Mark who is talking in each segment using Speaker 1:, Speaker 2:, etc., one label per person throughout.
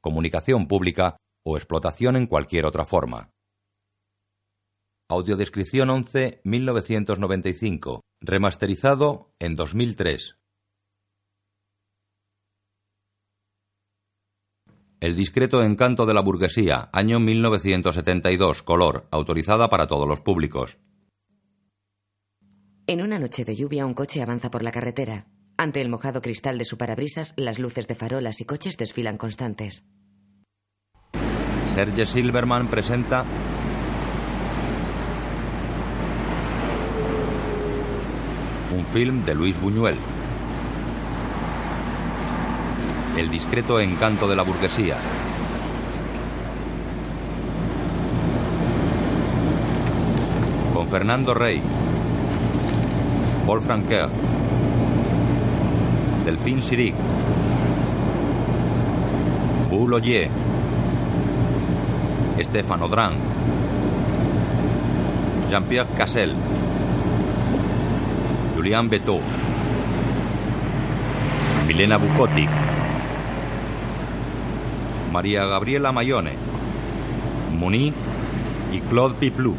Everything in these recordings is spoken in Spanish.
Speaker 1: comunicación pública o explotación en cualquier otra forma. Audiodescripción 11 1995, remasterizado en 2003. El discreto encanto de la burguesía, año 1972, color, autorizada para todos los públicos.
Speaker 2: En una noche de lluvia un coche avanza por la carretera. Ante el mojado cristal de su parabrisas, las luces de farolas y coches desfilan constantes.
Speaker 1: Serge Silverman presenta un film de Luis Buñuel. El discreto encanto de la burguesía. Con Fernando Rey, Paul Franqueur, Delfín Siric, Bouloyer, Estefano Dran, Jean-Pierre Cassel, Julián Beto, Milena Bukotic, María Gabriela Mayone, Muní y Claude Piplou,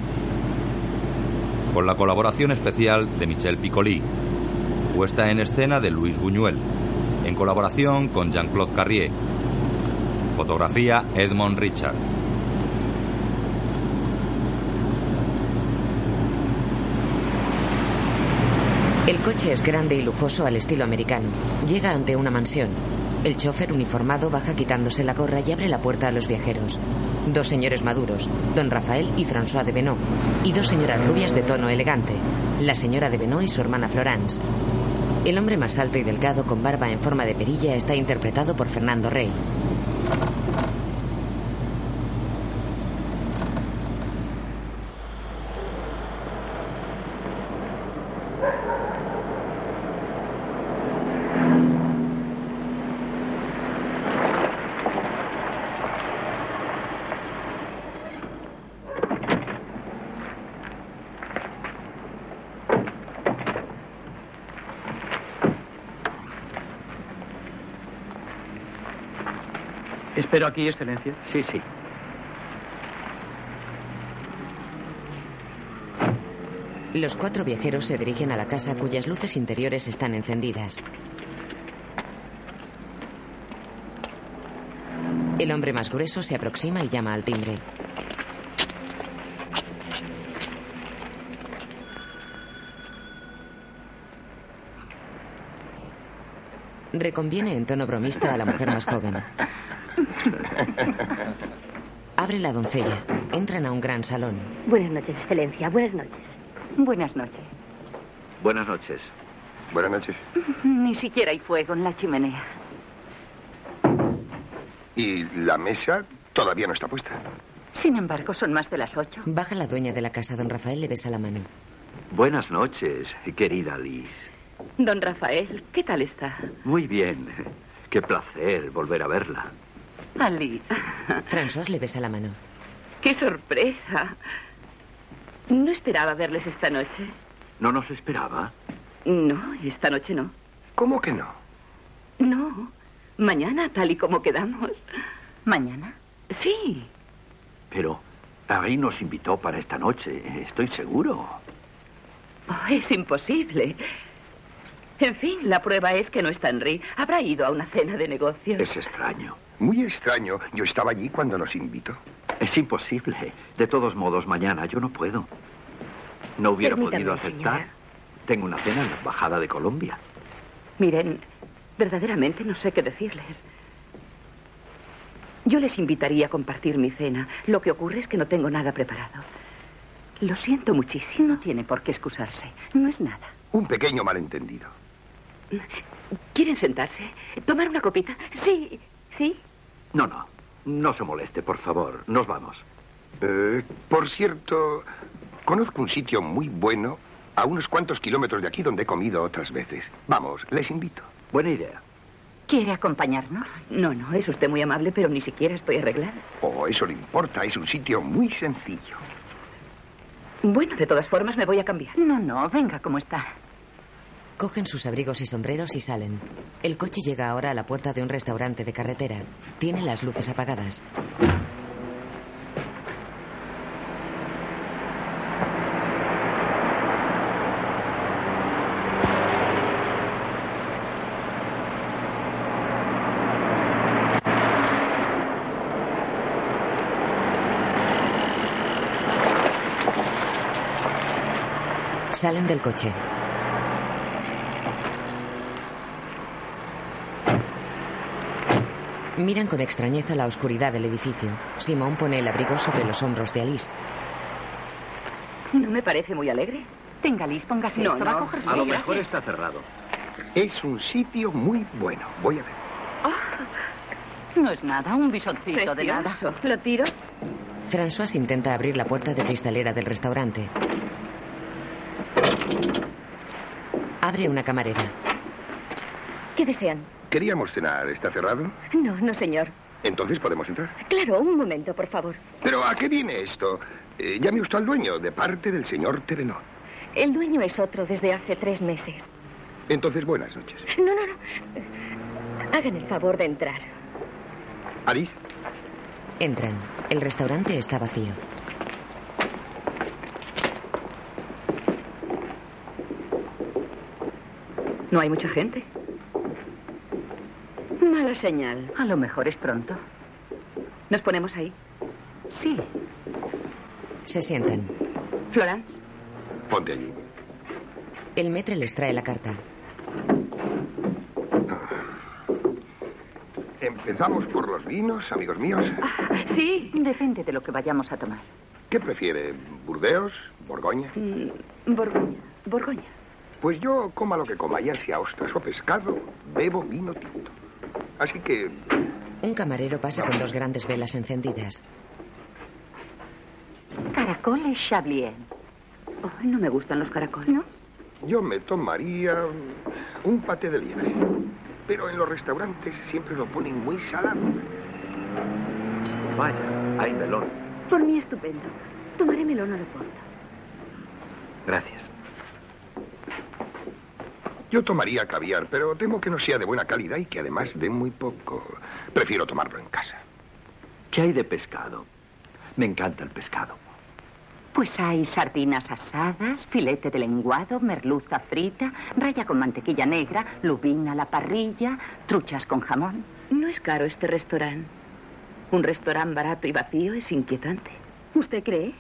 Speaker 1: con la colaboración especial de Michel Piccoli, puesta en escena de Luis Buñuel, en colaboración con Jean-Claude Carrier, fotografía Edmond Richard.
Speaker 2: El coche es grande y lujoso al estilo americano. Llega ante una mansión. El chofer uniformado baja quitándose la gorra y abre la puerta a los viajeros. Dos señores maduros, don Rafael y François de Benoît, y dos señoras rubias de tono elegante, la señora de Benoît y su hermana Florence. El hombre más alto y delgado con barba en forma de perilla está interpretado por Fernando Rey.
Speaker 3: ¿Espero aquí, Excelencia?
Speaker 4: Sí, sí.
Speaker 2: Los cuatro viajeros se dirigen a la casa cuyas luces interiores están encendidas. El hombre más grueso se aproxima y llama al timbre. Reconviene en tono bromista a la mujer más joven. Abre la doncella. Entran a un gran salón.
Speaker 5: Buenas noches, Excelencia. Buenas noches.
Speaker 6: Buenas noches.
Speaker 4: Buenas noches.
Speaker 7: Buenas noches.
Speaker 6: Ni siquiera hay fuego en la chimenea.
Speaker 7: ¿Y la mesa todavía no está puesta?
Speaker 6: Sin embargo, son más de las ocho.
Speaker 2: Baja la dueña de la casa. Don Rafael le besa la mano.
Speaker 4: Buenas noches, querida Liz.
Speaker 6: Don Rafael, ¿qué tal está?
Speaker 4: Muy bien. Qué placer volver a verla.
Speaker 6: Alice.
Speaker 2: François le besa la mano.
Speaker 6: ¡Qué sorpresa! No esperaba verles esta noche.
Speaker 4: ¿No nos esperaba?
Speaker 6: No, esta noche no.
Speaker 7: ¿Cómo que no?
Speaker 6: No. Mañana, tal y como quedamos.
Speaker 5: ¿Mañana?
Speaker 6: Sí.
Speaker 4: Pero Paris nos invitó para esta noche, estoy seguro.
Speaker 6: Oh, es imposible. En fin, la prueba es que no está Henry. Habrá ido a una cena de negocios.
Speaker 4: Es extraño.
Speaker 7: Muy extraño. Yo estaba allí cuando nos invitó.
Speaker 4: Es imposible. De todos modos, mañana yo no puedo. No hubiera
Speaker 5: Permítame,
Speaker 4: podido aceptar.
Speaker 5: señora.
Speaker 4: Tengo una cena en la Embajada de Colombia.
Speaker 6: Miren, verdaderamente no sé qué decirles. Yo les invitaría a compartir mi cena. Lo que ocurre es que no tengo nada preparado. Lo siento muchísimo. No tiene por qué excusarse. No es nada.
Speaker 7: Un pequeño malentendido.
Speaker 6: ¿Quieren sentarse? ¿Tomar una copita? Sí, sí.
Speaker 4: No, no. No se moleste, por favor. Nos vamos.
Speaker 7: Eh, por cierto, conozco un sitio muy bueno a unos cuantos kilómetros de aquí donde he comido otras veces. Vamos, les invito.
Speaker 4: Buena idea.
Speaker 5: ¿Quiere acompañarnos?
Speaker 6: No, no, es usted muy amable, pero ni siquiera estoy arreglada.
Speaker 7: Oh, eso le importa, es un sitio muy sencillo.
Speaker 6: Bueno, de todas formas me voy a cambiar.
Speaker 5: No, no, venga como está.
Speaker 2: Cogen sus abrigos y sombreros y salen. El coche llega ahora a la puerta de un restaurante de carretera. Tiene las luces apagadas. Salen del coche. Miran con extrañeza la oscuridad del edificio. Simón pone el abrigo sobre los hombros de Alice.
Speaker 6: No me parece muy alegre.
Speaker 5: Tenga Liz, póngase
Speaker 6: No,
Speaker 5: esto, va a
Speaker 6: no,
Speaker 5: coger
Speaker 4: A lo
Speaker 5: frío.
Speaker 4: mejor está cerrado.
Speaker 7: Es un sitio muy bueno. Voy a ver.
Speaker 5: No es nada, un bisoncito de nada.
Speaker 6: Precioso. ¿Lo tiro?
Speaker 2: François intenta abrir la puerta de cristalera del restaurante. Abre una camarera.
Speaker 5: ¿Qué desean?
Speaker 7: Queríamos cenar, ¿está cerrado?
Speaker 5: No, no, señor.
Speaker 7: Entonces podemos entrar.
Speaker 5: Claro, un momento, por favor.
Speaker 7: Pero ¿a qué viene esto? Eh, llame usted al dueño, de parte del señor Tevenot.
Speaker 5: El dueño es otro desde hace tres meses.
Speaker 7: Entonces, buenas noches.
Speaker 5: No, no, no. Hagan el favor de entrar.
Speaker 7: Alice,
Speaker 2: Entran. El restaurante está vacío.
Speaker 6: No hay mucha gente.
Speaker 5: Mala señal.
Speaker 6: A lo mejor es pronto. ¿Nos ponemos ahí? Sí.
Speaker 2: Se sientan.
Speaker 6: Florence,
Speaker 7: ponte allí.
Speaker 2: El metre les trae la carta.
Speaker 7: Empezamos por los vinos, amigos míos.
Speaker 6: Ah, Sí. Depende de lo que vayamos a tomar.
Speaker 7: ¿Qué prefiere? ¿Burdeos? ¿Borgoña?
Speaker 6: Borgoña. Mm, Borgoña.
Speaker 7: Pues yo coma lo que coma, ya sea ostras o pescado, bebo vino tinto. Así que,
Speaker 2: Un camarero pasa con dos grandes velas encendidas.
Speaker 5: Caracoles Chablier.
Speaker 6: Oh, no me gustan los caracoles.
Speaker 5: ¿No?
Speaker 7: Yo me tomaría un paté de liebre. Pero en los restaurantes siempre lo ponen muy salado.
Speaker 4: Vaya, hay melón.
Speaker 5: Por mí estupendo. Tomaré melón a lo pronto.
Speaker 4: Gracias.
Speaker 7: Yo tomaría caviar, pero temo que no sea de buena calidad y que además dé muy poco. Prefiero tomarlo en casa.
Speaker 4: ¿Qué hay de pescado? Me encanta el pescado.
Speaker 5: Pues hay sardinas asadas, filete de lenguado, merluza frita, raya con mantequilla negra, lubina a la parrilla, truchas con jamón.
Speaker 6: No es caro este restaurante. Un restaurante barato y vacío es inquietante.
Speaker 5: ¿Usted cree?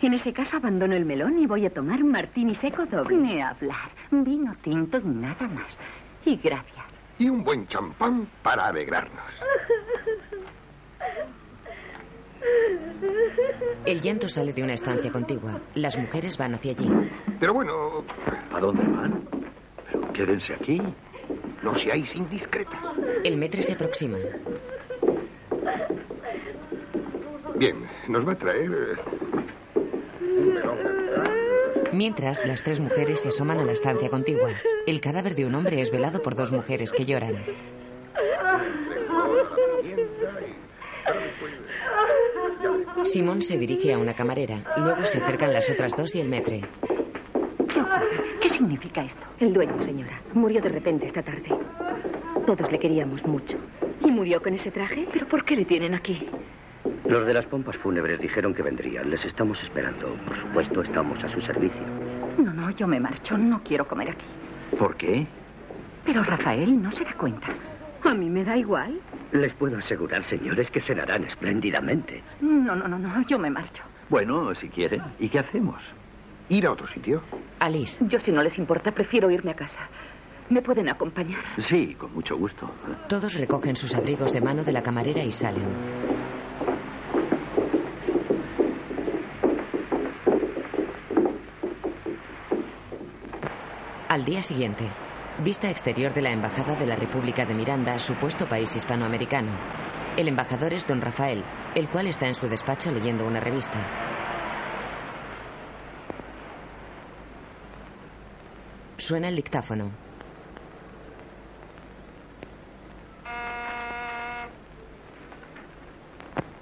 Speaker 5: En ese caso abandono el melón y voy a tomar un martini seco doble. Ni hablar. Vino tinto y nada más. Y gracias.
Speaker 7: Y un buen champán para alegrarnos.
Speaker 2: El llanto sale de una estancia contigua. Las mujeres van hacia allí.
Speaker 7: Pero bueno,
Speaker 4: ¿A dónde van? Pero quédense aquí.
Speaker 7: no seáis indiscretas.
Speaker 2: El metre se aproxima.
Speaker 7: Bien, nos va a traer... eh,
Speaker 2: Mientras, las tres mujeres se asoman a la estancia contigua. El cadáver de un hombre es velado por dos mujeres que lloran. Simón se dirige a una camarera. Luego se acercan las otras dos y el metre.
Speaker 5: ¿Qué ocurre? ¿Qué significa esto? El dueño, señora, murió de repente esta tarde. Todos le queríamos mucho. ¿Y murió con ese traje? ¿Pero por qué le tienen aquí?
Speaker 8: Los de las pompas fúnebres dijeron que vendrían. Les estamos esperando. Por supuesto, estamos a su servicio.
Speaker 5: No, no, yo me marcho. No quiero comer aquí.
Speaker 8: ¿Por qué?
Speaker 5: Pero Rafael no se da cuenta. A mí me da igual.
Speaker 8: Les puedo asegurar, señores, que cenarán espléndidamente.
Speaker 5: No, no, no, no, yo me marcho.
Speaker 4: Bueno, si quieren. ¿Y qué hacemos?
Speaker 7: Ir a otro sitio.
Speaker 2: Alice.
Speaker 6: Yo, si no les importa, prefiero irme a casa. ¿Me pueden acompañar?
Speaker 4: Sí, con mucho gusto.
Speaker 2: Todos recogen sus abrigos de mano de la camarera y salen. Al día siguiente, vista exterior de la Embajada de la República de Miranda, supuesto país hispanoamericano. El embajador es don Rafael, el cual está en su despacho leyendo una revista. Suena el dictáfono.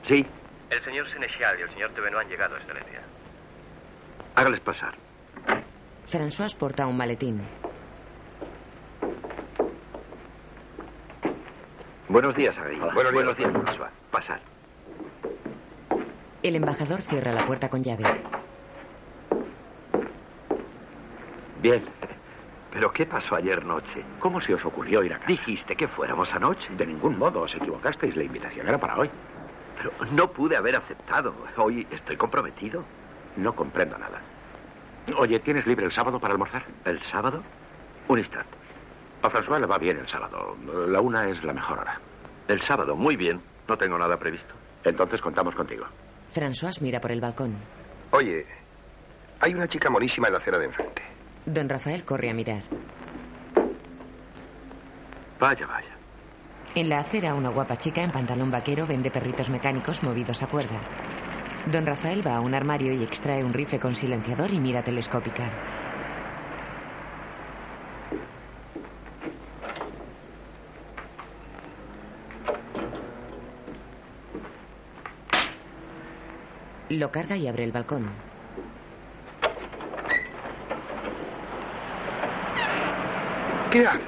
Speaker 4: Sí,
Speaker 9: El señor Senechal y el señor Tebeno han llegado, Excelencia.
Speaker 4: hágales pasar.
Speaker 2: François porta un maletín.
Speaker 4: Buenos días, Agui.
Speaker 7: Buenos días.
Speaker 4: Buenos días, François. Pasad.
Speaker 2: El embajador cierra la puerta con llave.
Speaker 4: Bien. ¿Pero qué pasó ayer noche? ¿Cómo se os ocurrió ir a casa? Dijiste que fuéramos anoche.
Speaker 8: De ningún modo, os equivocasteis. La invitación era para hoy.
Speaker 4: Pero no pude haber aceptado. Hoy estoy comprometido.
Speaker 8: No comprendo nada. Oye, ¿tienes libre el sábado para almorzar?
Speaker 4: ¿El sábado? Un instante.
Speaker 8: A François le va bien el sábado. La una es la mejor hora.
Speaker 4: El sábado, muy bien. No tengo nada previsto.
Speaker 8: Entonces contamos contigo.
Speaker 2: François mira por el balcón.
Speaker 7: Oye, hay una chica monísima en la acera de enfrente.
Speaker 2: Don Rafael corre a mirar.
Speaker 4: Vaya, vaya.
Speaker 2: En la acera, una guapa chica en pantalón vaquero vende perritos mecánicos movidos a cuerda. Don Rafael va a un armario y extrae un rifle con silenciador y mira telescópica. Lo carga y abre el balcón.
Speaker 7: ¿Qué haces?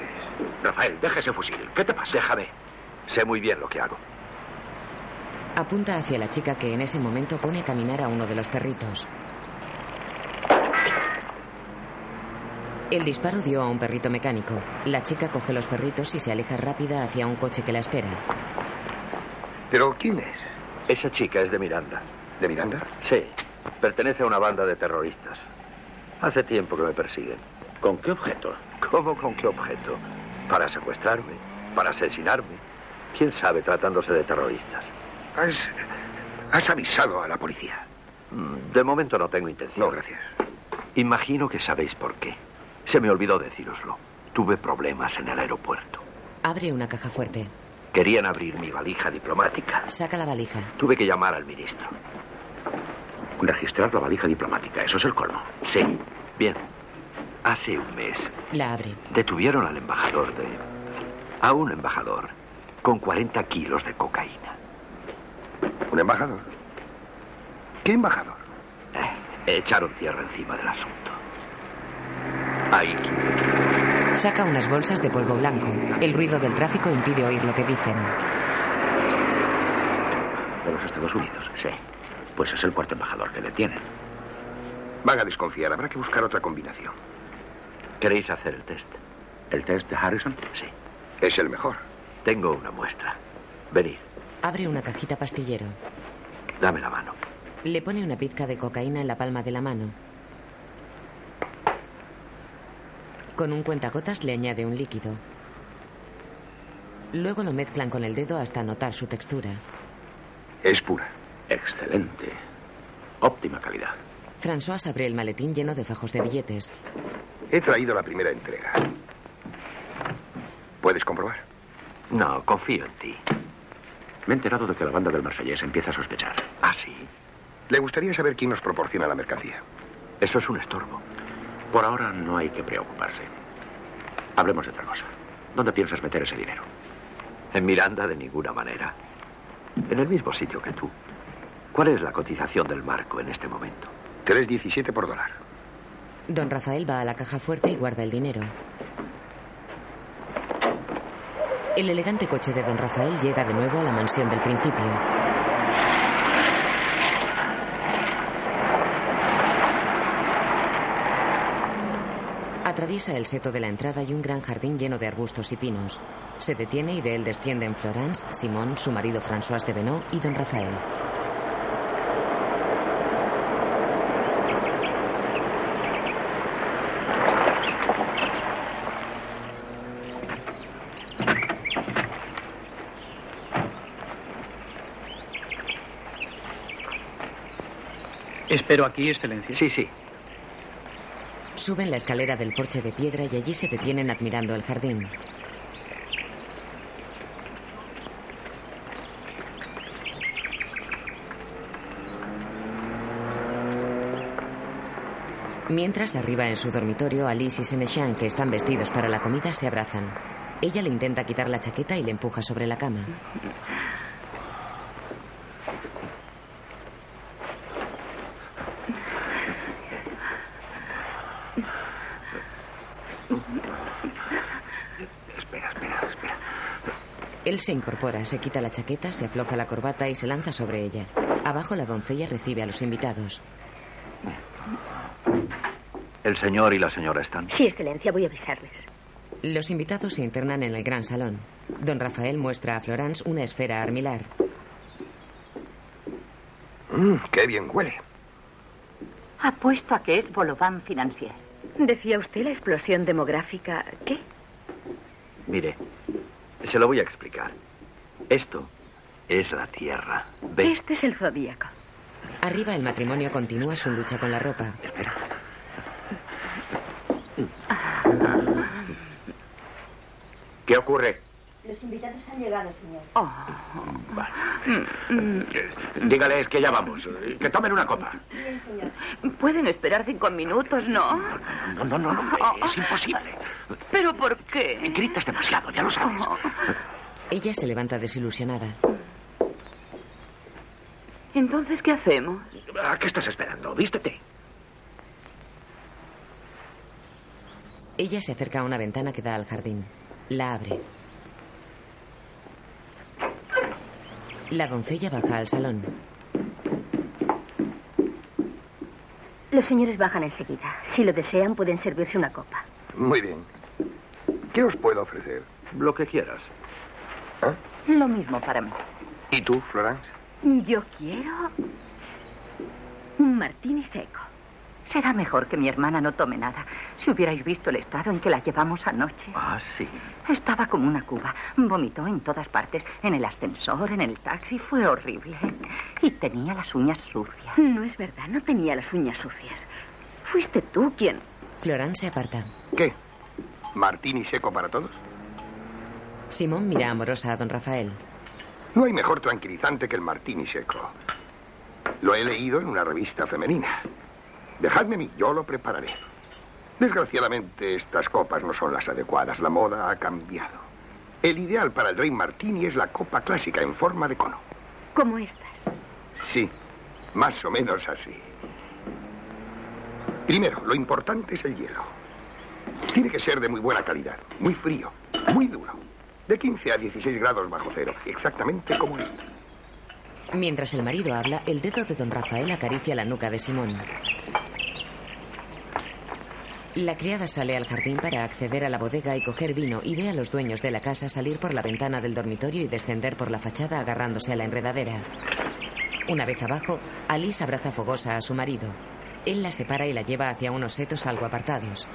Speaker 4: Rafael, deja ese fusil. ¿Qué te pasa? Déjame. Sé muy bien lo que hago.
Speaker 2: Apunta hacia la chica que en ese momento pone a caminar a uno de los perritos. El disparo dio a un perrito mecánico. La chica coge los perritos y se aleja rápida hacia un coche que la espera.
Speaker 7: ¿Pero quién es?
Speaker 4: Esa chica es de Miranda.
Speaker 7: ¿De Miranda?
Speaker 4: Sí, pertenece a una banda de terroristas. Hace tiempo que me persiguen.
Speaker 8: ¿Con qué objeto?
Speaker 4: ¿Cómo con qué objeto? Para secuestrarme, para asesinarme. ¿Quién sabe tratándose de terroristas?
Speaker 7: ¿Has, has avisado a la policía?
Speaker 4: Mm, De momento no tengo intención.
Speaker 7: No, gracias.
Speaker 4: Imagino que sabéis por qué. Se me olvidó decíroslo. Tuve problemas en el aeropuerto.
Speaker 2: Abre una caja fuerte.
Speaker 4: Querían abrir mi valija diplomática.
Speaker 2: Saca la valija.
Speaker 4: Tuve que llamar al ministro.
Speaker 8: Registrar la valija diplomática. Eso es el colmo.
Speaker 4: Sí, bien. Hace un mes
Speaker 2: La abre.
Speaker 4: detuvieron al embajador de... A un embajador con 40 kilos de cocaína.
Speaker 7: ¿Un embajador? ¿Qué embajador?
Speaker 4: Eh, echaron tierra encima del asunto. Ahí.
Speaker 2: Saca unas bolsas de polvo blanco. El ruido del tráfico impide oír lo que dicen.
Speaker 8: De los Estados Unidos. Sí. Pues es el cuarto embajador que detienen.
Speaker 7: Van a desconfiar. Habrá que buscar otra combinación.
Speaker 4: ¿Queréis hacer el test?
Speaker 8: ¿El test de Harrison?
Speaker 4: Sí.
Speaker 7: Es el mejor.
Speaker 4: Tengo una muestra. Venid,
Speaker 2: Abre una cajita pastillero.
Speaker 4: dame la mano.
Speaker 2: Le pone una pizca de cocaína en la palma de la mano. Con un cuentagotas le añade un líquido. Luego lo mezclan con el dedo hasta notar su textura.
Speaker 7: Es pura.
Speaker 8: Excelente. Óptima calidad.
Speaker 2: François abre el maletín lleno de fajos de billetes.
Speaker 7: He traído la primera entrega. ¿Puedes comprobar?
Speaker 4: No, confío en ti.
Speaker 8: Me he enterado de que la banda del Marsellés empieza a sospechar.
Speaker 4: ¿Ah, sí?
Speaker 7: Le gustaría saber quién nos proporciona la mercancía.
Speaker 4: Eso es un estorbo.
Speaker 8: Por ahora no hay que preocuparse. Hablemos de otra cosa. ¿Dónde piensas meter ese dinero?
Speaker 4: En Miranda de ninguna manera. En el mismo sitio que tú. ¿Cuál es la cotización del marco en este momento?
Speaker 7: 3.17 por dólar.
Speaker 2: Don Rafael va a la caja fuerte y guarda el dinero. El elegante coche de Don Rafael llega de nuevo a la mansión del principio. Atraviesa el seto de la entrada y un gran jardín lleno de arbustos y pinos. Se detiene y de él descienden Florence, Simón, su marido François de Benoît y Don Rafael.
Speaker 3: Espero aquí, Excelencia.
Speaker 4: Sí, sí.
Speaker 2: Suben la escalera del porche de piedra y allí se detienen admirando el jardín. Mientras arriba en su dormitorio, Alice y Seneshan, que están vestidos para la comida, se abrazan. Ella le intenta quitar la chaqueta y le empuja sobre la cama.
Speaker 4: Espera, espera, espera.
Speaker 2: Él se incorpora, se quita la chaqueta, se afloja la corbata y se lanza sobre ella. Abajo la doncella recibe a los invitados.
Speaker 4: ¿El señor y la señora están?
Speaker 5: Sí, Excelencia, voy a avisarles.
Speaker 2: Los invitados se internan en el gran salón. Don Rafael muestra a Florence una esfera armilar.
Speaker 7: Mm, qué bien huele.
Speaker 6: Apuesto a que es Bolovan Financier.
Speaker 5: Decía usted la explosión demográfica. ¿Qué?
Speaker 4: Mire, se lo voy a explicar. Esto es la Tierra. Ve.
Speaker 5: Este es el zodíaco.
Speaker 2: Arriba el matrimonio continúa su lucha con la ropa.
Speaker 4: ¿Qué ocurre?
Speaker 10: Los invitados han llegado, señor.
Speaker 4: Oh. Mm, Eh, Dígales que ya vamos. eh, Que tomen una copa.
Speaker 6: Pueden esperar cinco minutos, ¿no?
Speaker 4: No, no, no, no. Es imposible.
Speaker 6: ¿Pero por qué?
Speaker 4: Gritas demasiado, ya lo sabes.
Speaker 6: Oh.
Speaker 2: Ella se levanta desilusionada.
Speaker 6: Entonces, ¿qué hacemos?
Speaker 4: ¿A Ah, qué estás esperando? Vístete.
Speaker 2: Ella se acerca a una ventana que da al jardín. La abre. La doncella baja al salón.
Speaker 5: Los señores bajan enseguida. Si lo desean, pueden servirse una copa.
Speaker 7: Muy bien. ¿Qué os puedo ofrecer?
Speaker 4: Lo que quieras.
Speaker 6: Lo mismo para mí.
Speaker 7: ¿Y tú, Florence?
Speaker 6: Yo quiero. un martini seco. Será mejor que mi hermana no tome nada. Si hubierais visto el estado en que la llevamos anoche.
Speaker 4: Ah, sí.
Speaker 6: Estaba como una cuba. Vomitó en todas partes. En el ascensor, en el taxi. Fue horrible. Y tenía las uñas sucias.
Speaker 5: No es verdad, no tenía las uñas sucias. Fuiste tú quien.
Speaker 2: Florán se aparta.
Speaker 7: ¿Qué? ¿Martini seco para todos?
Speaker 2: Simón mira amorosa a don Rafael.
Speaker 7: No hay mejor tranquilizante que el martini seco. Lo he leído en una revista femenina. Dejadme a mí, yo lo prepararé. Desgraciadamente, estas copas no son las adecuadas. La moda ha cambiado. El ideal para el rey martini es la copa clásica en forma de cono.
Speaker 5: Como estas.
Speaker 7: Sí, más o menos así. Primero, lo importante es el hielo. Tiene que ser de muy buena calidad, muy frío, muy duro. De 15 a 16 grados bajo cero, exactamente como es.
Speaker 2: Mientras el marido habla, el dedo de don Rafael acaricia la nuca de Simón. La criada sale al jardín para acceder a la bodega y coger vino y ve a los dueños de la casa salir por la ventana del dormitorio y descender por la fachada agarrándose a la enredadera. Una vez abajo, Alice abraza fogosa a su marido. Él la separa y la lleva hacia unos setos algo apartados.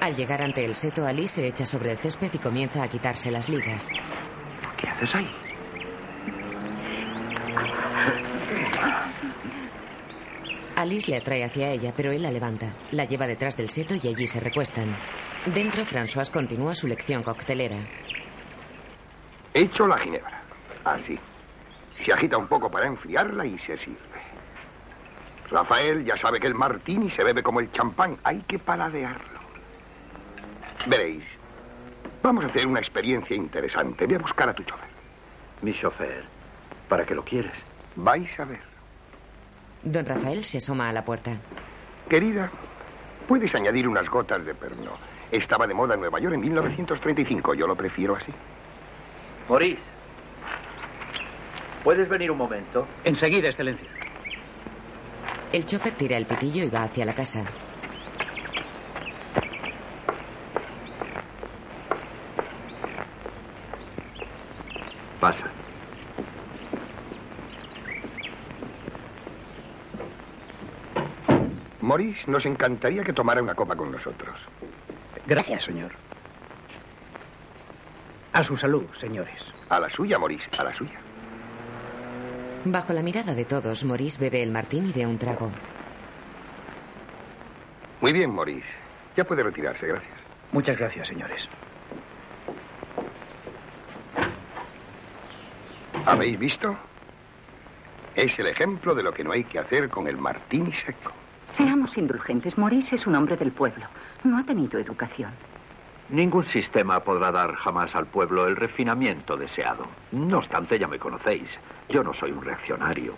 Speaker 2: Al llegar ante el seto, Alice se echa sobre el césped y comienza a quitarse las ligas.
Speaker 4: ¿Qué haces ahí?
Speaker 2: Alice le atrae hacia ella, pero él la levanta. La lleva detrás del seto y allí se recuestan. Dentro, François continúa su lección coctelera.
Speaker 7: Hecho la ginebra. Así. Se agita un poco para enfriarla y se sirve. Rafael ya sabe que el martini se bebe como el champán. Hay que paladearlo. Veréis. Vamos a hacer una experiencia interesante. Voy a buscar a tu chofer.
Speaker 4: Mi chofer. ¿Para qué lo quieres?
Speaker 7: Vais a ver.
Speaker 2: Don Rafael se asoma a la puerta.
Speaker 7: Querida, puedes añadir unas gotas de perno. Estaba de moda en Nueva York en 1935. Yo lo prefiero así.
Speaker 9: Morís. ¿Puedes venir un momento?
Speaker 3: Enseguida, Excelencia.
Speaker 2: El chofer tira el pitillo y va hacia la casa.
Speaker 4: Pasa.
Speaker 7: Morris, nos encantaría que tomara una copa con nosotros.
Speaker 3: Gracias, señor. A su salud, señores.
Speaker 7: A la suya, Morris, a la suya.
Speaker 2: Bajo la mirada de todos, Maurice bebe el martini de un trago.
Speaker 7: Muy bien, Morris. Ya puede retirarse, gracias.
Speaker 3: Muchas gracias, señores.
Speaker 7: ¿Habéis visto? Es el ejemplo de lo que no hay que hacer con el martini seco.
Speaker 6: Seamos indulgentes. Maurice es un hombre del pueblo. No ha tenido educación.
Speaker 4: Ningún sistema podrá dar jamás al pueblo el refinamiento deseado. No obstante, ya me conocéis. Yo no soy un reaccionario.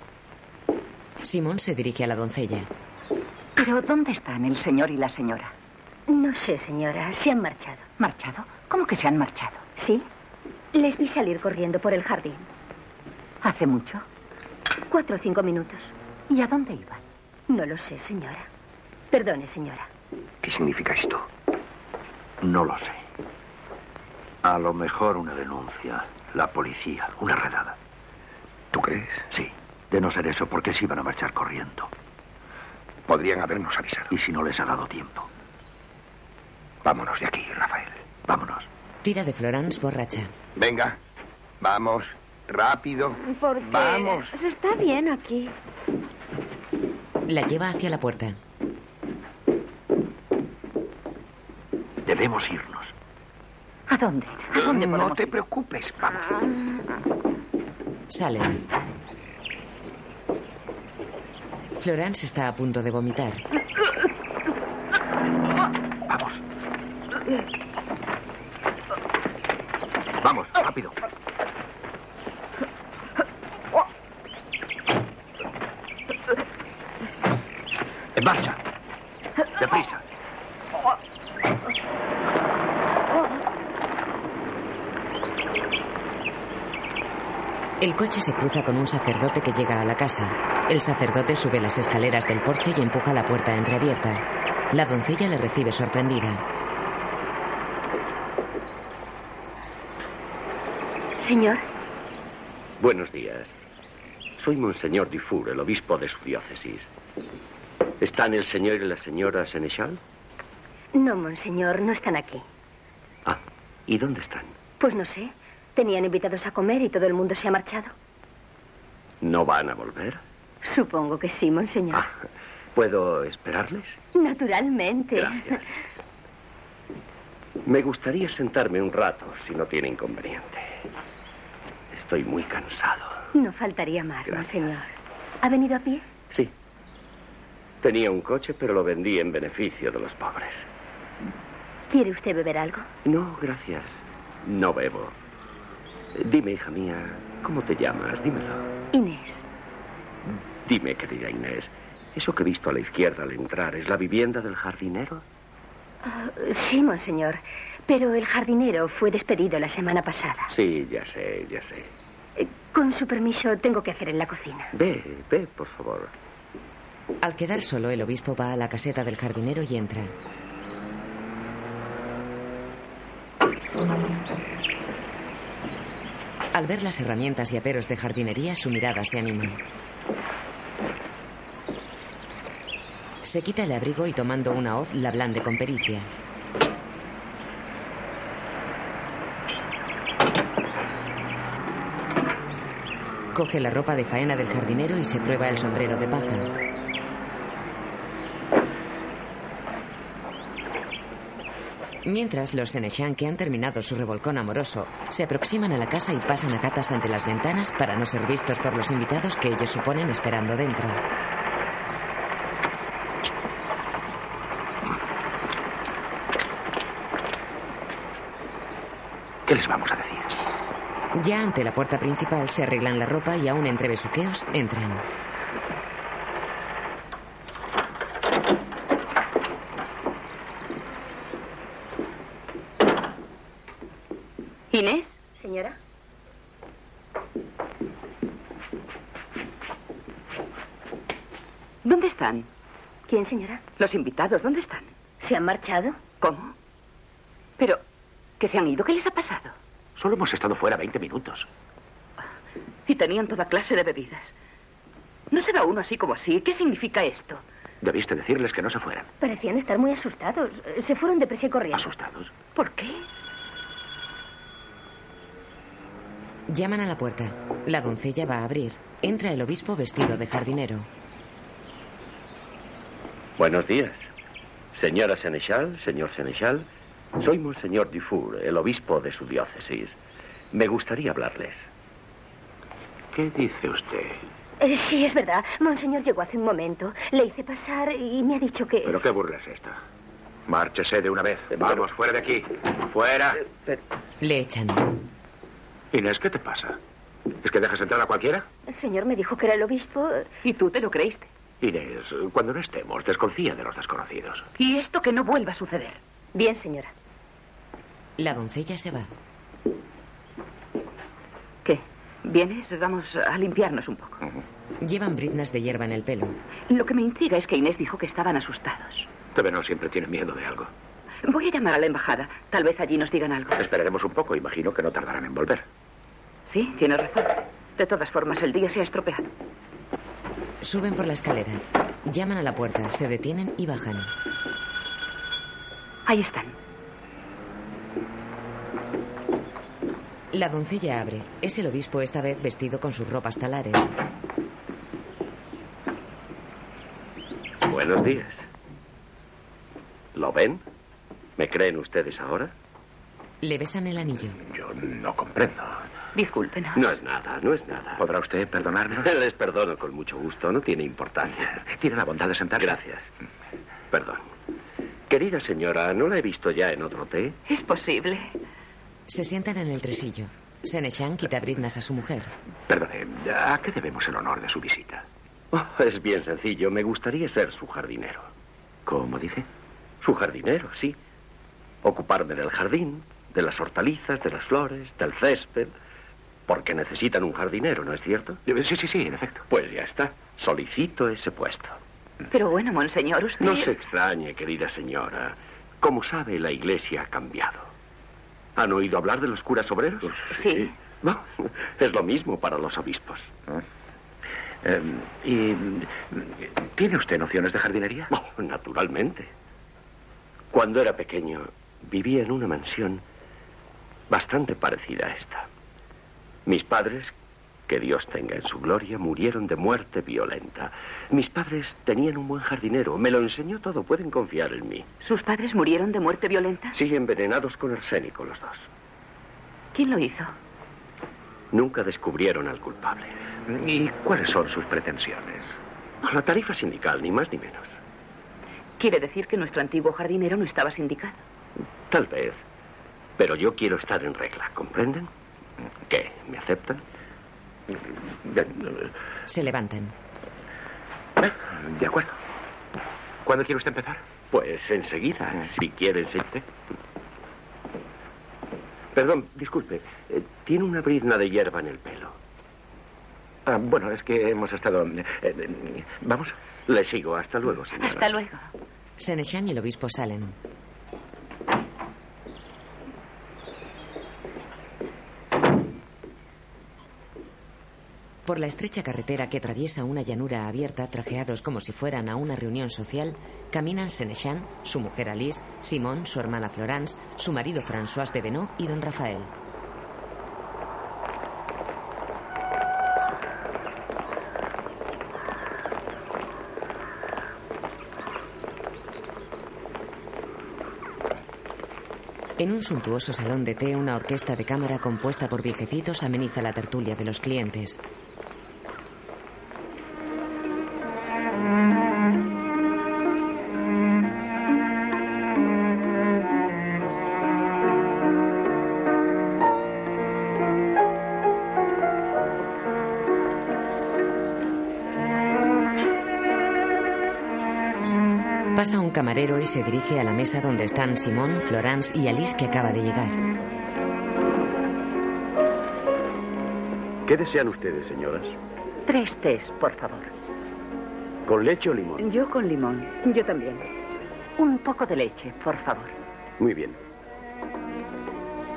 Speaker 2: Simón se dirige a la doncella.
Speaker 6: Pero ¿dónde están el señor y la señora?
Speaker 5: No sé, señora. Se han marchado.
Speaker 6: ¿Marchado? ¿Cómo que se han marchado?
Speaker 5: Sí. Les vi salir corriendo por el jardín.
Speaker 6: ¿Hace mucho?
Speaker 5: Cuatro o cinco minutos.
Speaker 6: ¿Y a dónde iban?
Speaker 5: No lo sé, señora. Perdone, señora.
Speaker 4: ¿Qué significa esto? No lo sé. A lo mejor una denuncia, la policía, una redada.
Speaker 7: ¿Tú crees?
Speaker 4: Sí. De no ser eso, ¿por qué se iban a marchar corriendo?
Speaker 7: Podrían habernos avisado.
Speaker 4: ¿Y si no les ha dado tiempo?
Speaker 7: Vámonos de aquí, Rafael.
Speaker 4: Vámonos.
Speaker 2: Tira de Florence borracha.
Speaker 7: Venga, vamos, rápido.
Speaker 10: ¿Por qué?
Speaker 7: Vamos.
Speaker 10: Está bien aquí.
Speaker 2: La lleva hacia la puerta.
Speaker 4: Debemos irnos.
Speaker 6: ¿A dónde? ¿A dónde
Speaker 5: Mm.
Speaker 7: No
Speaker 6: podemos
Speaker 7: te
Speaker 6: ir?
Speaker 7: preocupes, vamos.
Speaker 2: Sale. Florence está a punto de vomitar.
Speaker 4: Vamos.
Speaker 10: Ah.
Speaker 4: Vamos, rápido. En marcha. Deprisa.
Speaker 2: El coche se cruza con un sacerdote que llega a la casa. El sacerdote sube las escaleras del porche y empuja la puerta entreabierta. La doncella le recibe sorprendida.
Speaker 5: Señor,
Speaker 8: Buenos días. Soy Monseñor Dufour, el obispo de su diócesis. ¿Están el señor y la señora Senechal?
Speaker 5: no, monseñor, no están aquí.
Speaker 8: Ah, ¿y dónde están?
Speaker 5: Pues no sé. Tenían invitados a comer y todo el mundo se ha marchado.
Speaker 8: ¿No van a volver?
Speaker 5: Supongo que sí, monseñor.
Speaker 8: Ah, ¿Puedo esperarles?
Speaker 5: Naturalmente.
Speaker 8: Gracias. Me gustaría sentarme un rato, si no tiene inconveniente. Estoy muy cansado.
Speaker 5: No faltaría más,
Speaker 8: Gracias.
Speaker 5: monseñor. ¿Ha venido a pie?
Speaker 8: Sí. Tenía un coche, pero lo vendí en beneficio de los pobres.
Speaker 5: ¿Quiere usted beber algo?
Speaker 8: No, gracias. No bebo. Dime, hija mía, ¿cómo te llamas? Dímelo.
Speaker 5: Inés.
Speaker 8: Dime, querida Inés, ¿eso que he visto a la izquierda al entrar es la vivienda del jardinero?
Speaker 5: Ah, sí, monseñor. Pero el jardinero fue despedido la semana pasada.
Speaker 8: Sí, ya sé, ya sé.
Speaker 5: Eh, Con su permiso, tengo que hacer en la cocina.
Speaker 8: Ve, ve, por favor.
Speaker 2: Al quedar solo, el obispo va a la caseta del jardinero y entra. Al ver las herramientas y aperos de jardinería, su mirada se anima. Se quita el abrigo y tomando una hoz la blande con pericia. Coge la ropa de faena del jardinero y se prueba el sombrero de paja. Mientras los Senechan, que han terminado su revolcón amoroso, se aproximan a la casa y pasan a gatas ante las ventanas para no ser vistos por los invitados que ellos suponen esperando dentro.
Speaker 4: ¿Qué les vamos a decir?
Speaker 2: Ya ante la puerta principal se arreglan la ropa y aún entre besuqueos entran.
Speaker 6: ¿Inés?
Speaker 5: Señora,
Speaker 6: ¿Dónde están?
Speaker 5: ¿quién, señora?
Speaker 6: Los invitados, ¿dónde están?
Speaker 5: ¿Se han marchado?
Speaker 6: ¿Cómo? Pero, ¿que se han ido? ¿Qué les ha pasado?
Speaker 4: Solo hemos estado fuera 20 minutos.
Speaker 6: Y tenían toda clase de bebidas. No se va uno así como así. ¿Qué significa esto?
Speaker 4: Debiste decirles que no se fueran.
Speaker 5: Parecían estar muy asustados. Eh, Se fueron deprisa y corriendo.
Speaker 4: Asustados.
Speaker 6: ¿Por qué?
Speaker 2: Llaman a la puerta. La doncella va a abrir. Entra el obispo vestido de jardinero.
Speaker 8: Buenos días. Señora Senechal, señor Senechal, soy Monseñor Dufour, el obispo de su diócesis. Me gustaría hablarles.
Speaker 7: ¿Qué dice usted?
Speaker 5: Eh, sí, es verdad. Monseñor llegó hace un momento. Le hice pasar y me ha dicho que...
Speaker 7: ¿Pero qué burla es esta? Eh, Márchese de una vez. Vamos, fuera de aquí. Fuera.
Speaker 2: Le echan.
Speaker 7: Inés, ¿qué te pasa? ¿Es que dejas entrar a cualquiera?
Speaker 5: El señor me dijo que era el obispo.
Speaker 6: ¿Y tú te lo creíste?
Speaker 7: Inés, cuando no estemos, desconfía de los desconocidos.
Speaker 6: Y esto que no vuelva a suceder.
Speaker 5: Bien, señora.
Speaker 2: La doncella se va.
Speaker 6: ¿Qué? ¿Vienes? Vamos a limpiarnos un poco.
Speaker 2: Llevan briznas de hierba en el pelo.
Speaker 6: Lo que me intriga es que Inés dijo que estaban asustados.
Speaker 7: Tabenol siempre tiene miedo de algo.
Speaker 6: Voy a llamar a la embajada. Tal vez allí nos digan algo.
Speaker 7: Esperaremos un poco, imagino que no tardarán en volver.
Speaker 6: Sí, tienes razón. De todas formas, el día se ha estropeado.
Speaker 2: Suben por la escalera. Llaman a la puerta, se detienen y bajan.
Speaker 6: Ahí están.
Speaker 2: La doncella abre. Es el obispo esta vez vestido con sus ropas talares.
Speaker 7: Buenos días. ¿Lo ven? ¿Me creen ustedes ahora?
Speaker 2: Le besan el anillo.
Speaker 7: Yo no comprendo.
Speaker 6: Discúlpenos.
Speaker 7: No es nada, no es nada. ¿Podrá usted perdonarnos? Les perdono con mucho gusto, no tiene importancia. Tiene la bondad de sentarse. Gracias. Perdón. Querida señora, ¿no la he visto ya en otro té?
Speaker 6: Es posible.
Speaker 2: Se sientan en el tresillo. Senechan quita briznas a su mujer.
Speaker 7: Perdone, ¿a qué debemos el honor de su visita? Oh, es bien sencillo, me gustaría ser su jardinero. ¿Cómo dice? Su jardinero, sí. Ocuparme del jardín, de las hortalizas, de las flores, del césped. Porque necesitan un jardinero, ¿no es cierto? Eh, Sí, sí, sí, en efecto. Pues ya está. Solicito ese puesto.
Speaker 6: Pero bueno, monseñor, usted...
Speaker 7: No se extrañe, querida señora. Como sabe, la iglesia ha cambiado. ¿Han oído hablar de los curas obreros?
Speaker 6: Sí. Sí.
Speaker 7: Bueno, es lo mismo para los obispos. Em, ¿Tiene usted nociones de jardinería? naturalmente. Cuando era pequeño, vivía en una mansión bastante parecida a esta. Mis padres, que Dios tenga en su gloria, murieron de muerte violenta. Mis padres tenían un buen jardinero. Me lo enseñó todo. Pueden confiar en mí.
Speaker 6: ¿Sus padres murieron de muerte violenta?
Speaker 7: Sí, envenenados con arsénico los dos.
Speaker 6: ¿Quién lo hizo?
Speaker 7: Nunca descubrieron al culpable. ¿Y cuáles son sus pretensiones? La tarifa sindical, ni más ni menos.
Speaker 6: Quiere decir que nuestro antiguo jardinero no estaba sindicado.
Speaker 7: Tal vez. Pero yo quiero estar en regla, ¿comprenden? ¿Qué? ¿Me aceptan?
Speaker 2: Se levantan.
Speaker 7: Eh, De acuerdo. ¿Cuándo quiere usted empezar? Pues enseguida, si quiere enseguida. Perdón, disculpe. eh, Tiene una brizna de hierba en el pelo. Ah, bueno, es que hemos estado... eh, eh, Vamos. Le sigo. Hasta luego, señora.
Speaker 6: Hasta luego.
Speaker 2: Senechan y el obispo salen. Por la estrecha carretera que atraviesa una llanura abierta, trajeados como si fueran a una reunión social, caminan Senechan, su mujer Alice, Simón, su hermana Florence, su marido François de Benoît y don Rafael. En un suntuoso salón de té, una orquesta de cámara compuesta por viejecitos ameniza la tertulia de los clientes. Pasa un camarero y se dirige a la mesa donde están Simón, Florence y Alice que acaba de llegar.
Speaker 11: ¿Qué desean ustedes, señoras?
Speaker 6: Tres tés, por favor.
Speaker 11: ¿Con leche o limón?
Speaker 6: Yo con limón.
Speaker 12: Yo también.
Speaker 6: Un poco de leche, por favor.
Speaker 11: Muy bien.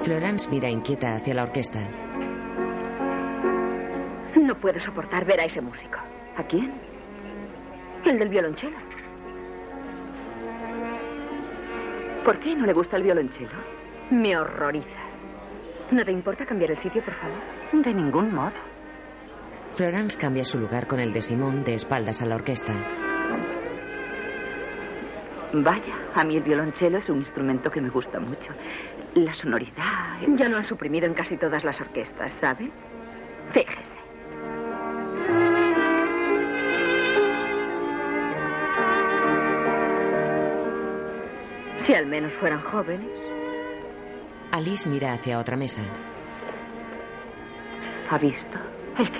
Speaker 2: Florence mira inquieta hacia la orquesta.
Speaker 12: No puedo soportar ver a ese músico.
Speaker 6: ¿A quién?
Speaker 12: El del violonchelo.
Speaker 6: ¿Por qué no le gusta el violonchelo?
Speaker 12: Me horroriza. ¿No te importa cambiar el sitio, por favor?
Speaker 6: De ningún modo.
Speaker 2: Florence cambia su lugar con el de Simón de espaldas a la orquesta.
Speaker 6: Vaya, a mí el violonchelo es un instrumento que me gusta mucho. La sonoridad. el-
Speaker 12: Ya lo han suprimido en casi todas las orquestas, ¿sabe? Fíjese.
Speaker 13: Si al menos fueran jóvenes.
Speaker 2: Alice mira hacia otra mesa.
Speaker 6: ¿Ha visto? ¿El qué?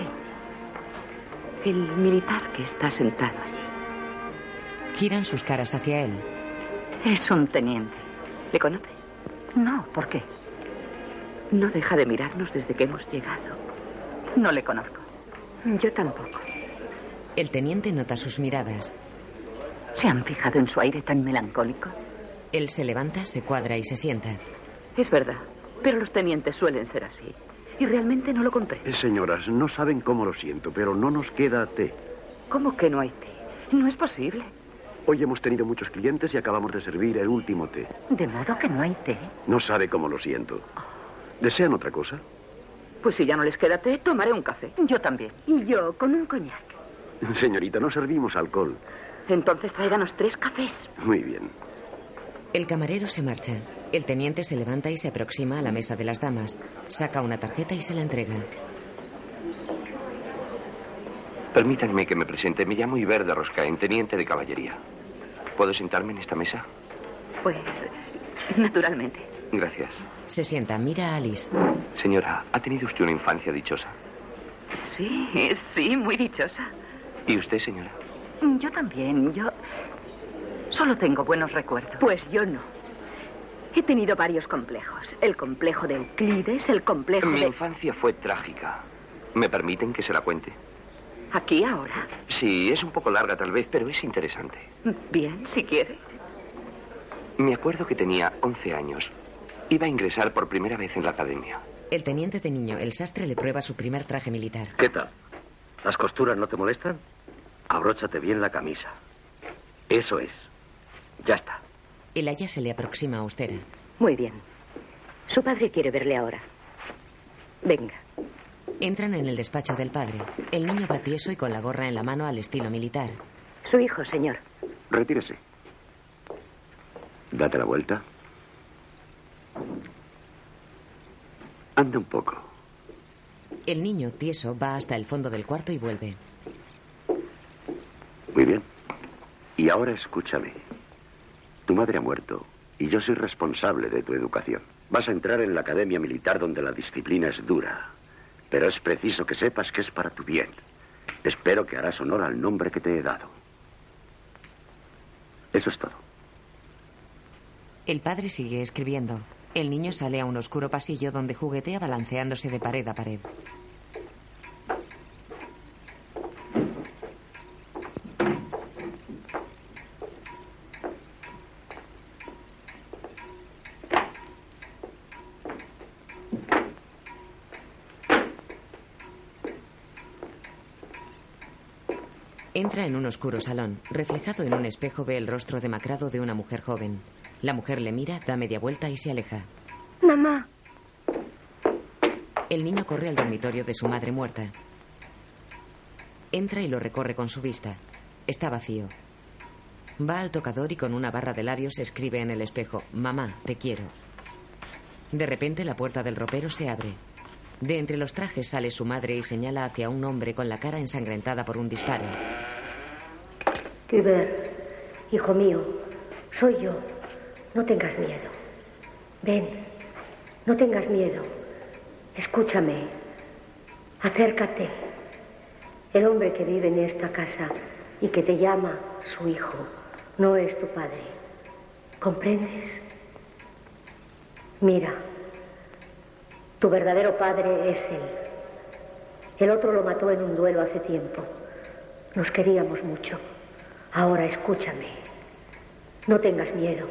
Speaker 6: El militar que está sentado allí.
Speaker 2: Giran sus caras hacia él.
Speaker 6: Es un teniente. ¿Le conoces? No, ¿por qué? No deja de mirarnos desde que hemos llegado. No le conozco. Yo tampoco.
Speaker 2: El teniente nota sus miradas.
Speaker 6: ¿Se han fijado en su aire tan melancólico?
Speaker 2: Él se levanta, se cuadra y se sienta.
Speaker 6: Es verdad, pero los tenientes suelen ser así. Y realmente no lo compré.
Speaker 14: Eh, Señoras, no saben cómo lo siento, pero no nos queda té.
Speaker 6: ¿Cómo que no hay té? No es posible.
Speaker 14: Hoy hemos tenido muchos clientes y acabamos de servir el último té.
Speaker 6: De modo que no hay té.
Speaker 14: No sabe cómo lo siento. ¿Desean otra cosa?
Speaker 6: Pues si ya no les queda té, tomaré un café. Yo también. Y yo con un coñac.
Speaker 14: Señorita, no servimos alcohol.
Speaker 6: Entonces tráiganos tres cafés.
Speaker 14: Muy bien.
Speaker 2: El camarero se marcha. El teniente se levanta y se aproxima a la mesa de las damas. Saca una tarjeta y se la entrega.
Speaker 15: Permítanme que me presente. Me llamo Iber de Roscaen, teniente de caballería. ¿Puedo sentarme en esta mesa?
Speaker 6: Pues, naturalmente.
Speaker 15: Gracias.
Speaker 2: Se sienta, mira a Alice.
Speaker 15: Señora, ¿ha tenido usted una infancia dichosa?
Speaker 6: Sí, sí, muy dichosa.
Speaker 15: ¿Y usted, señora?
Speaker 6: Yo también, yo... Solo tengo buenos recuerdos.
Speaker 13: Pues yo no. He tenido varios complejos. El complejo de Euclides, el complejo
Speaker 15: Mi
Speaker 13: de...
Speaker 15: infancia fue trágica. ¿Me permiten que se la cuente?
Speaker 6: ¿Aquí ahora?
Speaker 15: Sí, es un poco larga tal vez, pero es interesante.
Speaker 6: Bien, si quiere.
Speaker 15: Me acuerdo que tenía 11 años. Iba a ingresar por primera vez en la academia.
Speaker 2: El teniente de niño, el sastre, le prueba su primer traje militar.
Speaker 7: ¿Qué tal? ¿Las costuras no te molestan? Abróchate bien la camisa. Eso es. Ya está.
Speaker 2: El haya se le aproxima austera.
Speaker 13: Muy bien. Su padre quiere verle ahora. Venga.
Speaker 2: Entran en el despacho del padre. El niño va tieso y con la gorra en la mano al estilo militar.
Speaker 13: Su hijo, señor.
Speaker 14: Retírese.
Speaker 7: Date la vuelta.
Speaker 14: Anda un poco.
Speaker 2: El niño tieso va hasta el fondo del cuarto y vuelve.
Speaker 7: Muy bien. Y ahora escúchame. Tu madre ha muerto y yo soy responsable de tu educación. Vas a entrar en la academia militar donde la disciplina es dura, pero es preciso que sepas que es para tu bien. Espero que harás honor al nombre que te he dado. Eso es todo.
Speaker 2: El padre sigue escribiendo. El niño sale a un oscuro pasillo donde juguetea balanceándose de pared a pared. Entra en un oscuro salón. Reflejado en un espejo ve el rostro demacrado de una mujer joven. La mujer le mira, da media vuelta y se aleja.
Speaker 5: Mamá,
Speaker 2: El niño corre al dormitorio de su madre muerta. Entra y lo recorre con su vista. Está vacío. Va al tocador y con una barra de labios escribe en el espejo, Mamá, te quiero. De repente la puerta del ropero se abre. De entre los trajes sale su madre y señala hacia un hombre con la cara ensangrentada por un disparo.
Speaker 5: Iber, hijo mío, soy yo. No tengas miedo. Ven, no tengas miedo. Escúchame. Acércate. El hombre que vive en esta casa y que te llama su hijo no es tu padre. ¿Comprendes? Mira, tu verdadero padre es él. El otro lo mató en un duelo hace tiempo. Nos queríamos mucho. Ahora escúchame. No tengas miedo.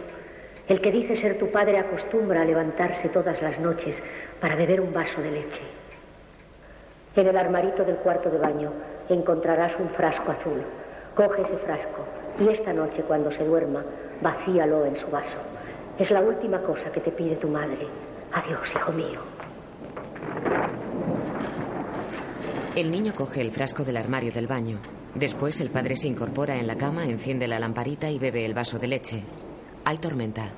Speaker 5: El que dice ser tu padre acostumbra a levantarse todas las noches para beber un vaso de leche. En el armarito del cuarto de baño encontrarás un frasco azul. Coge ese frasco y esta noche cuando se duerma, vacíalo en su vaso. Es la última cosa que te pide tu madre. Adiós, hijo mío.
Speaker 2: El niño coge el frasco del armario del baño. Después el padre se incorpora en la cama, enciende la lamparita y bebe el vaso de leche. Hay tormenta.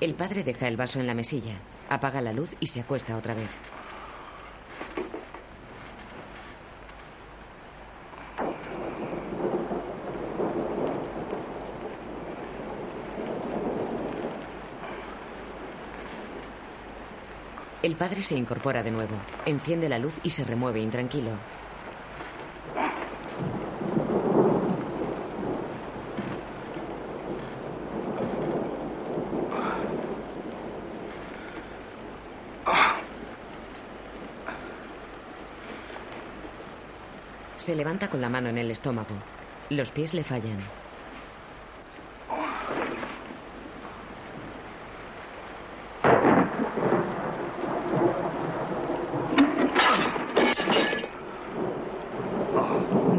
Speaker 2: El padre deja el vaso en la mesilla, apaga la luz y se acuesta otra vez. El padre se incorpora de nuevo, enciende la luz y se remueve intranquilo. Se levanta con la mano en el estómago. Los pies le fallan.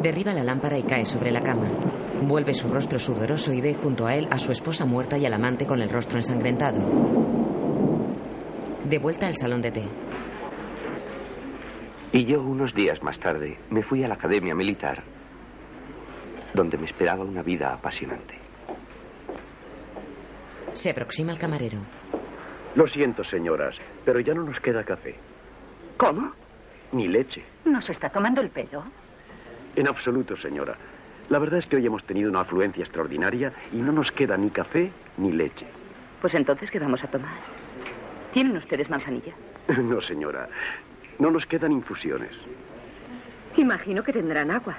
Speaker 2: Derriba la lámpara y cae sobre la cama. Vuelve su rostro sudoroso y ve junto a él a su esposa muerta y al amante con el rostro ensangrentado. De vuelta al salón de té.
Speaker 16: Y yo unos días más tarde me fui a la academia militar, donde me esperaba una vida apasionante.
Speaker 2: Se aproxima al camarero.
Speaker 7: Lo siento, señoras, pero ya no nos queda café,
Speaker 6: ¿Cómo?
Speaker 7: ni leche.
Speaker 6: ¿Nos está tomando el pelo?
Speaker 7: En absoluto, señora. La verdad es que hoy hemos tenido una afluencia extraordinaria y no nos queda ni café ni leche.
Speaker 6: Pues entonces, ¿qué vamos a tomar? ¿Tienen ustedes manzanilla?
Speaker 7: No, señora. No nos quedan infusiones.
Speaker 17: Imagino que tendrán agua.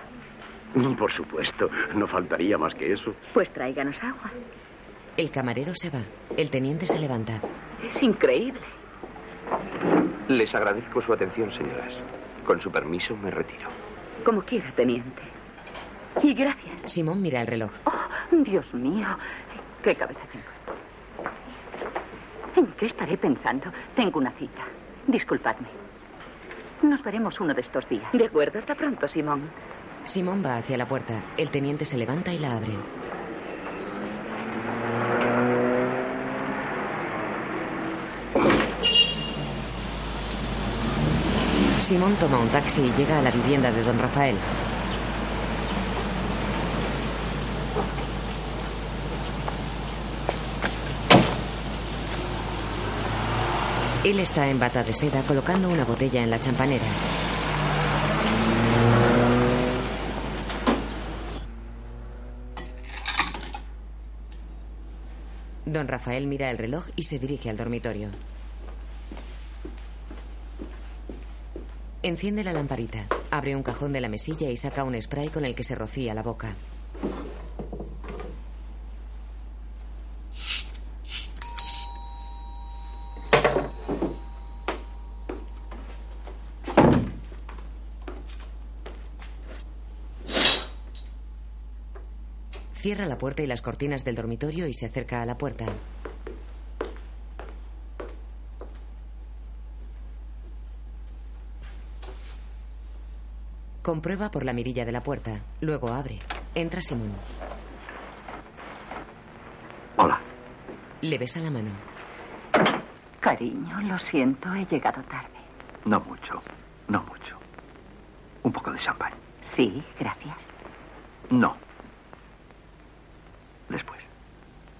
Speaker 7: Ni por supuesto. No faltaría más que eso.
Speaker 17: Pues tráiganos agua.
Speaker 2: El camarero se va. El teniente se levanta.
Speaker 6: Es increíble.
Speaker 16: Les agradezco su atención, señoras. Con su permiso me retiro.
Speaker 6: Como quiera, teniente. Y gracias.
Speaker 2: Simón mira el reloj.
Speaker 6: Oh, Dios mío, qué cabeza tengo. ¿En qué estaré pensando? Tengo una cita. Disculpadme. Nos veremos uno de estos días. De acuerdo, hasta pronto, Simón.
Speaker 2: Simón va hacia la puerta. El teniente se levanta y la abre. Simón toma un taxi y llega a la vivienda de don Rafael. Él está en bata de seda colocando una botella en la champanera. Don Rafael mira el reloj y se dirige al dormitorio. Enciende la lamparita, abre un cajón de la mesilla y saca un spray con el que se rocía la boca. Cierra la puerta y las cortinas del dormitorio y se acerca a la puerta. Comprueba por la mirilla de la puerta. Luego abre. Entra Simón.
Speaker 16: Hola.
Speaker 2: Le besa la mano.
Speaker 6: Cariño, lo siento, he llegado tarde.
Speaker 16: No mucho, no mucho. Un poco de champán.
Speaker 6: Sí, gracias.
Speaker 16: No.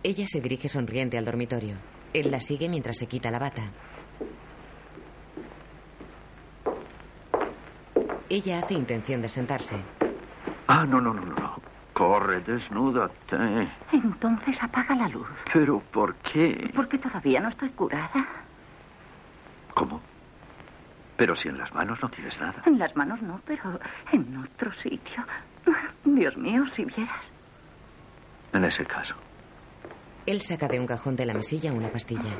Speaker 2: Ella se dirige sonriente al dormitorio. Él la sigue mientras se quita la bata. Ella hace intención de sentarse.
Speaker 4: Ah, no, no, no, no, no. Corre, desnúdate.
Speaker 6: Entonces apaga la luz.
Speaker 4: ¿Pero por qué?
Speaker 6: Porque todavía no estoy curada.
Speaker 4: ¿Cómo? Pero si en las manos no tienes nada.
Speaker 6: En las manos no, pero en otro sitio. Dios mío, si vieras.
Speaker 4: En ese caso.
Speaker 2: Él saca de un cajón de la mesilla una pastilla.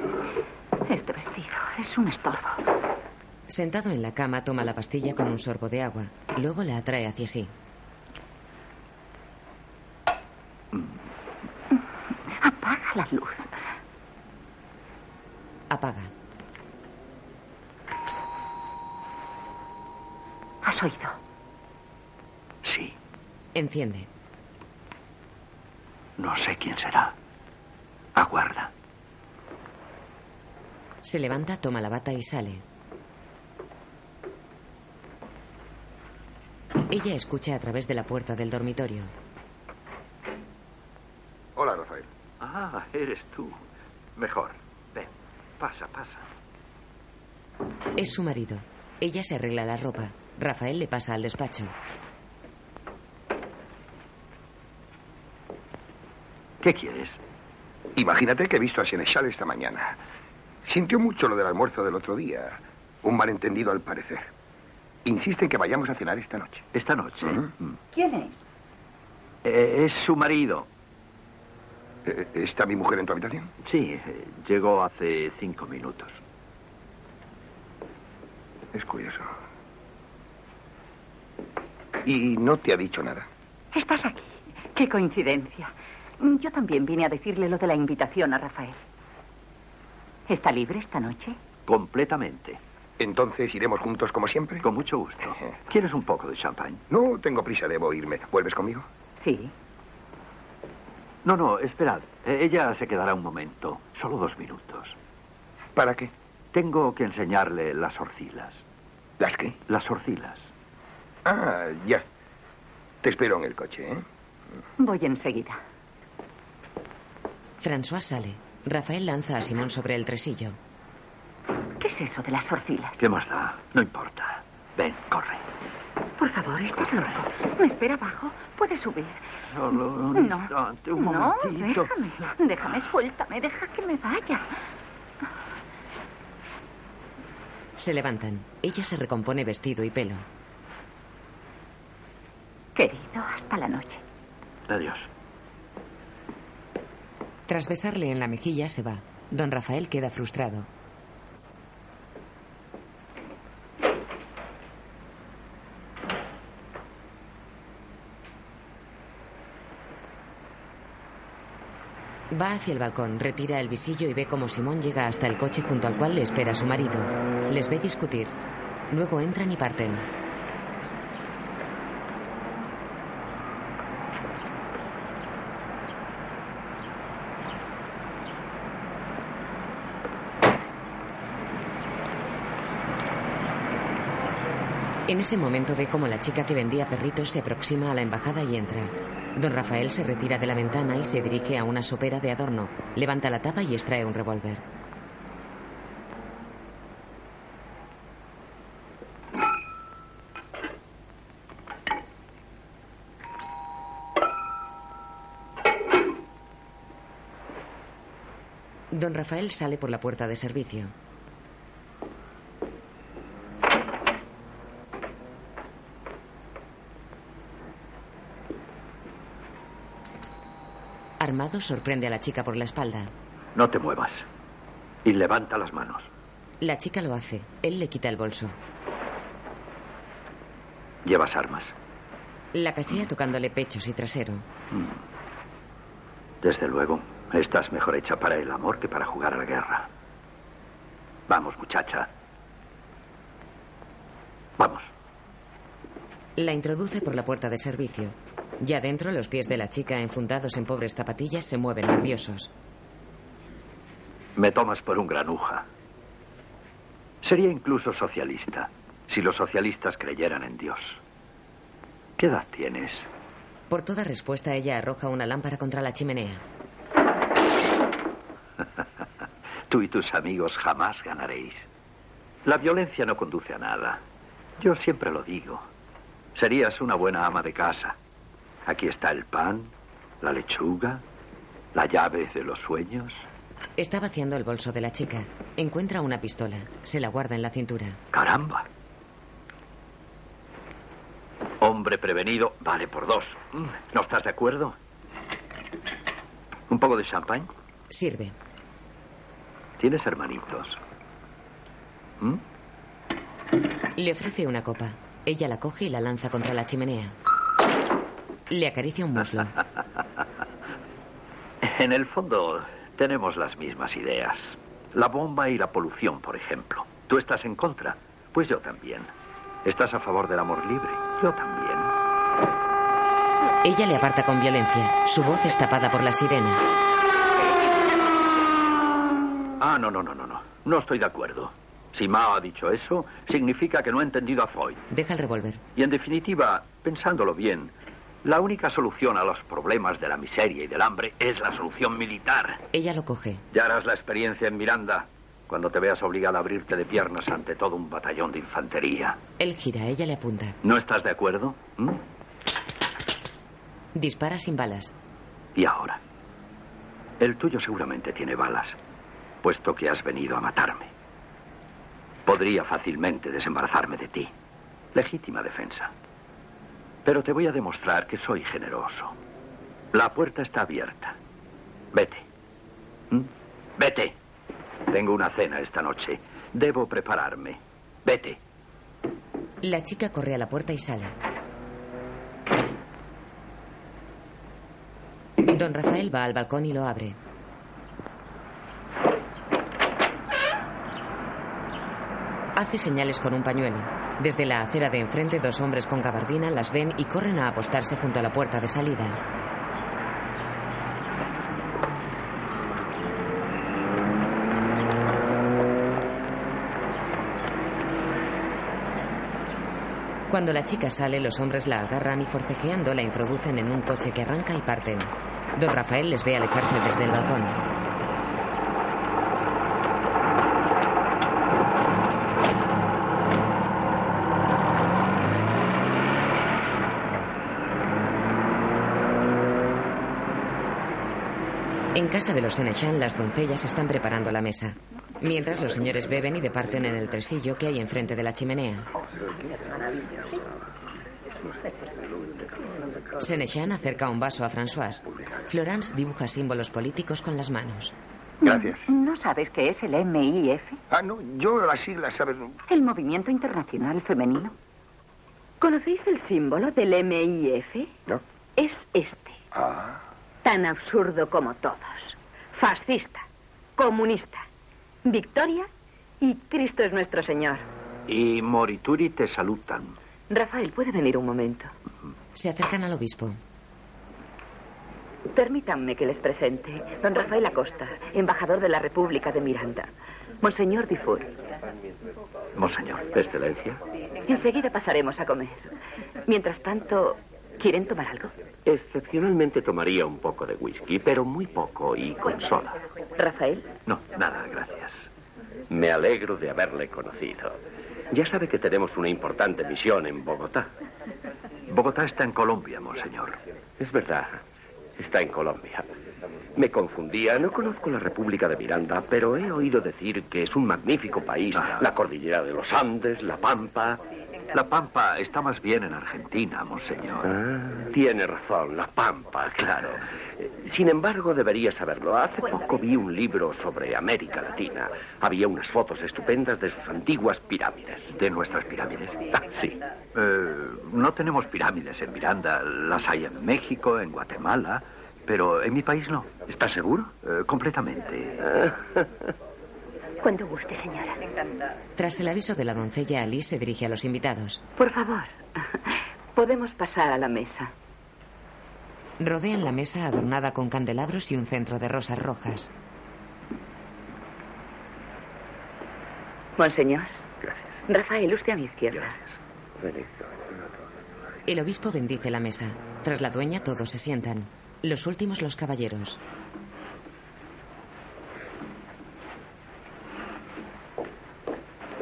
Speaker 6: Este vestido es un estorbo.
Speaker 2: Sentado en la cama, toma la pastilla con un sorbo de agua. Luego la atrae hacia sí.
Speaker 6: Apaga la luz.
Speaker 2: Apaga.
Speaker 6: ¿Has oído?
Speaker 4: Sí,
Speaker 2: Enciende.
Speaker 4: no sé quién será. Aguarda.
Speaker 2: Se levanta, toma la bata y sale. Ella escucha a través de la puerta del dormitorio.
Speaker 18: Hola, Rafael.
Speaker 4: Ah, eres tú. Mejor. Ven, pasa, pasa.
Speaker 2: Es su marido. Ella se arregla la ropa. Rafael le pasa al despacho.
Speaker 4: ¿Qué quieres?
Speaker 18: Imagínate que he visto a Senechal esta mañana.
Speaker 7: Sintió mucho lo del almuerzo del otro día. Un malentendido al parecer. Insiste en que vayamos a cenar esta noche. ¿Mm?
Speaker 4: Esta noche.
Speaker 6: ¿Quién es?
Speaker 4: Eh, es su marido.
Speaker 7: Eh, ¿Está mi mujer en tu habitación?
Speaker 4: Sí, eh, llegó hace cinco minutos.
Speaker 7: Es curioso. Y no te ha dicho nada.
Speaker 6: Estás aquí. Qué coincidencia. Yo también vine a decirle lo de la invitación a Rafael. ¿Está libre esta noche?
Speaker 4: Completamente.
Speaker 7: Entonces iremos juntos como siempre.
Speaker 4: Con mucho gusto. ¿Quieres un poco de champán?
Speaker 7: No tengo prisa, debo irme. ¿Vuelves conmigo?
Speaker 6: Sí.
Speaker 4: No, no, esperad. Eh, Ella se quedará un momento. Solo dos minutos.
Speaker 7: ¿Para qué?
Speaker 4: Tengo que enseñarle las orcilas.
Speaker 7: ¿Las qué?
Speaker 4: Las orcilas.
Speaker 7: Ah, ya. Te espero en el coche, ¿eh?
Speaker 6: Voy enseguida.
Speaker 2: François sale. Rafael lanza a Simón sobre el tresillo.
Speaker 6: ¿Qué es eso de las orcilas?
Speaker 4: ¿Qué más da? No importa. Ven, corre.
Speaker 6: Por favor, estás loco. ¿Me espera abajo? ¿Puedes subir?
Speaker 4: Solo un instante, un
Speaker 6: no,
Speaker 4: momentito.
Speaker 6: déjame. Déjame, suéltame. Deja que me vaya.
Speaker 2: Se levantan. Ella se recompone vestido y pelo.
Speaker 6: Querido, hasta la noche.
Speaker 4: Adiós.
Speaker 2: Tras besarle en la mejilla, se va. Don Rafael queda frustrado. Va hacia el balcón, retira el visillo y ve cómo Simón llega hasta el coche junto al cual le espera su marido. Les ve discutir. Luego entran y parten. En ese momento ve cómo la chica que vendía perritos se aproxima a la embajada y entra. Don Rafael se retira de la ventana y se dirige a una sopera de adorno. Levanta la tapa y extrae un revólver. Don Rafael sale por la puerta de servicio. Armado sorprende a la chica por la espalda.
Speaker 4: No te muevas. Y levanta las manos.
Speaker 2: La chica lo hace. Él le quita el bolso.
Speaker 4: Llevas armas.
Speaker 2: La cachea tocándole pechos y trasero.
Speaker 4: Desde luego, estás mejor hecha para el amor que para jugar a la guerra. Vamos, muchacha. Vamos.
Speaker 2: La introduce por la puerta de servicio. Ya dentro, los pies de la chica, enfundados en pobres zapatillas, se mueven nerviosos.
Speaker 4: Me tomas por un granuja. Sería incluso socialista, si los socialistas creyeran en Dios. ¿Qué edad tienes?
Speaker 2: Por toda respuesta, ella arroja una lámpara contra la chimenea.
Speaker 4: Tú y tus amigos jamás ganaréis. La violencia no conduce a nada. Yo siempre lo digo. Serías una buena ama de casa. Aquí está el pan, la lechuga, la llave de los sueños.
Speaker 2: Está vaciando el bolso de la chica. Encuentra una pistola. Se la guarda en la cintura.
Speaker 4: Caramba. Hombre prevenido vale por dos. Mm, ¿No estás de acuerdo? ¿Un poco de champán?
Speaker 2: Sirve.
Speaker 4: ¿Tienes hermanitos?
Speaker 2: Le ofrece una copa. Ella la coge y la lanza contra la chimenea. Le acaricia un muslo.
Speaker 4: En el fondo, tenemos las mismas ideas. La bomba y la polución, por ejemplo. ¿Tú estás en contra? Pues yo también. ¿Estás a favor del amor libre? Yo también.
Speaker 2: Ella le aparta con violencia. Su voz es tapada por la sirena.
Speaker 4: Ah, no, no, no, no, no. No estoy de acuerdo. Si Mao ha dicho eso, significa que no ha entendido a Freud.
Speaker 2: Deja el revólver.
Speaker 4: Y en definitiva, pensándolo bien, la única solución a los problemas de la miseria y del hambre es la solución militar.
Speaker 2: Ella lo coge.
Speaker 4: Ya harás la experiencia en Miranda, cuando te veas obligada a abrirte de piernas ante todo un batallón de infantería.
Speaker 2: Él gira, ella le apunta.
Speaker 4: ¿No estás de acuerdo? ¿Mm?
Speaker 2: Dispara sin balas.
Speaker 4: ¿Y ahora? El tuyo seguramente tiene balas.
Speaker 19: puesto que has venido a matarme. Podría fácilmente desembarazarme de ti. Legítima defensa. Pero te voy a demostrar que soy generoso. La puerta está abierta. Vete. ¿Mm? Vete. Tengo una cena esta noche. Debo prepararme. Vete.
Speaker 2: La chica corre a la puerta y sale. Don Rafael va al balcón y lo abre. Hace señales con un pañuelo. Desde la acera de enfrente, dos hombres con gabardina las ven y corren a apostarse junto a la puerta de salida. Cuando la chica sale, los hombres la agarran y forcejeando la introducen en un coche que arranca y parten. Don Rafael les ve alejarse desde el balcón. En casa de los Senechan, las doncellas están preparando la mesa. Mientras los señores beben y departen en el tresillo que hay enfrente de la chimenea. Senechan acerca un vaso a François. Florence dibuja símbolos políticos con las manos.
Speaker 4: Mm.
Speaker 7: Gracias.
Speaker 6: ¿No sabes qué es el MIF?
Speaker 7: Ah, no, yo las siglas, ¿sabes?
Speaker 6: El Movimiento Internacional Femenino. ¿Conocéis el símbolo del MIF?
Speaker 7: No.
Speaker 6: Es este. Tan absurdo como todos. Fascista, comunista, Victoria y Cristo es nuestro Señor.
Speaker 19: Y Morituri te salutan.
Speaker 6: Rafael, ¿puede venir un momento?
Speaker 2: Se acercan al obispo.
Speaker 6: Permítanme que les presente. Don Rafael Acosta, embajador de la República de Miranda. Monseñor Dufour.
Speaker 19: Monseñor. Excelencia.
Speaker 6: Enseguida pasaremos a comer. Mientras tanto, ¿quieren tomar algo?
Speaker 4: Excepcionalmente tomaría un poco de whisky, pero muy poco y con soda.
Speaker 6: Rafael,
Speaker 4: No, nada, gracias. Me alegro de haberle conocido. Ya sabe que tenemos una importante misión en Bogotá.
Speaker 19: Bogotá está en Colombia, monseñor.
Speaker 4: Es verdad, está en Colombia. Me confundía, no conozco la República de Miranda, pero he oído decir que es un magnífico país.
Speaker 7: Ah.
Speaker 4: La cordillera de los Andes, la Pampa.
Speaker 19: La Pampa está más bien en Argentina, monseñor.
Speaker 4: Tiene razón, la Pampa, claro. Eh, Sin embargo, debería saberlo. Hace poco vi un libro sobre América Latina. Había unas fotos estupendas de sus antiguas pirámides. Ah,
Speaker 19: ¿De nuestras pirámides?
Speaker 4: sí.
Speaker 19: Eh, no tenemos pirámides en Miranda. Las hay en México, en Guatemala, pero en mi país no.
Speaker 4: ¿Estás seguro?
Speaker 19: Eh, completamente.
Speaker 5: Cuando guste, señora.
Speaker 2: Tras el aviso de la doncella, Alice se dirige a los invitados.
Speaker 6: por favor, podemos pasar a la mesa.
Speaker 2: Rodean la mesa adornada con candelabros y un centro de rosas rojas.
Speaker 6: Monseñor. Gracias. Rafael, usted a mi izquierda.
Speaker 2: El obispo bendice la mesa. Tras la dueña, todos se sientan. Los últimos, los caballeros.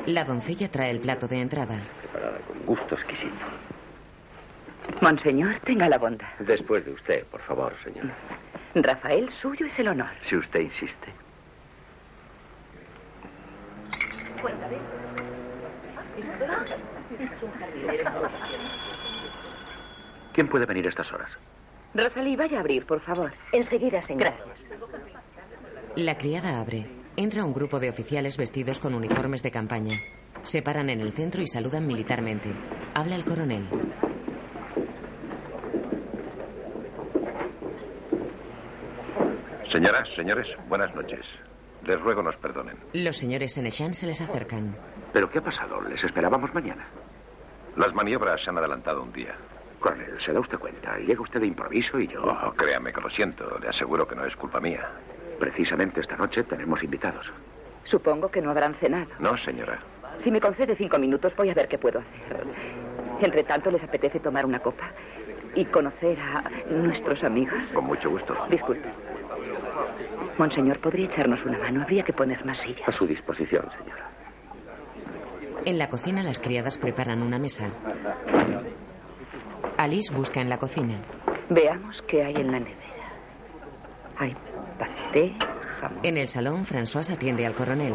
Speaker 2: La doncella trae el plato de entrada.
Speaker 4: Preparada con gusto exquisito.
Speaker 6: Monseñor, tenga la bondad.
Speaker 4: Después de usted, por favor, señora.
Speaker 6: Rafael, suyo es el honor.
Speaker 19: Si usted insiste.
Speaker 20: ¿Quién puede venir a estas horas?
Speaker 6: Rosalí, vaya a abrir, por favor.
Speaker 5: Enseguida, señora.
Speaker 2: La criada abre. Entra un grupo de oficiales vestidos con uniformes de campaña. Se paran en el centro y saludan militarmente. Habla el coronel.
Speaker 7: Señoras, señores, buenas noches. Les ruego nos perdonen.
Speaker 2: Los señores Senechan se les acercan.
Speaker 7: ¿Pero qué ha pasado? Les esperábamos mañana. Las maniobras se han adelantado un día.
Speaker 21: Coronel, se da usted cuenta. Llega usted de improviso y yo.
Speaker 7: Oh, créame que lo siento. Le aseguro que no es culpa mía.
Speaker 21: Precisamente esta noche tenemos invitados.
Speaker 6: Supongo que no habrán cenado.
Speaker 7: No, señora.
Speaker 6: Si me concede cinco minutos, voy a ver qué puedo hacer. Entre tanto, ¿les apetece tomar una copa? Y conocer a nuestros amigos.
Speaker 20: Con mucho gusto.
Speaker 6: Disculpe. Monseñor, ¿podría echarnos una mano? Habría que poner más sillas.
Speaker 21: A su disposición, señora.
Speaker 2: En la cocina las criadas preparan una mesa. Alice busca en la cocina.
Speaker 6: Veamos qué hay en la nevera. Hay pastel,
Speaker 22: jamón.
Speaker 2: En el salón, François atiende al coronel.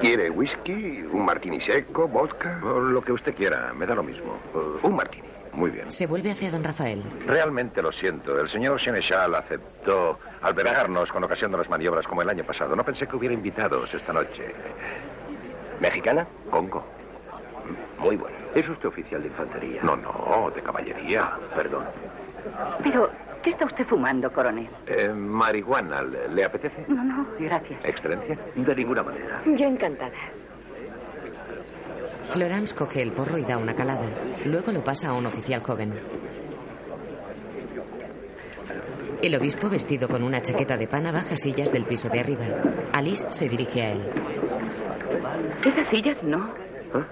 Speaker 23: ¿Quiere whisky, un martini seco, vodka? Lo que usted quiera, me da lo mismo. Un martini.
Speaker 7: Muy bien.
Speaker 2: Se vuelve hacia don Rafael.
Speaker 7: Realmente lo siento. El señor Senechal aceptó albergarnos con ocasión de las maniobras como el año pasado. No pensé que hubiera invitados esta noche. ¿Mexicana? Congo. Muy buena. ¿Es usted oficial de infantería? No, no, de caballería. Perdón.
Speaker 6: Pero, ¿qué está usted fumando, coronel?
Speaker 7: Eh, marihuana, ¿le, le apetece?
Speaker 6: No, no, gracias.
Speaker 7: ¿Excelencia? De ninguna manera.
Speaker 24: Yo encantada.
Speaker 2: Florence coge el porro y da una calada. Luego lo pasa a un oficial joven. El obispo, vestido con una chaqueta de pana, baja sillas del piso de arriba. Alice se dirige a él.
Speaker 6: Esas sillas no.
Speaker 7: ¿Eh?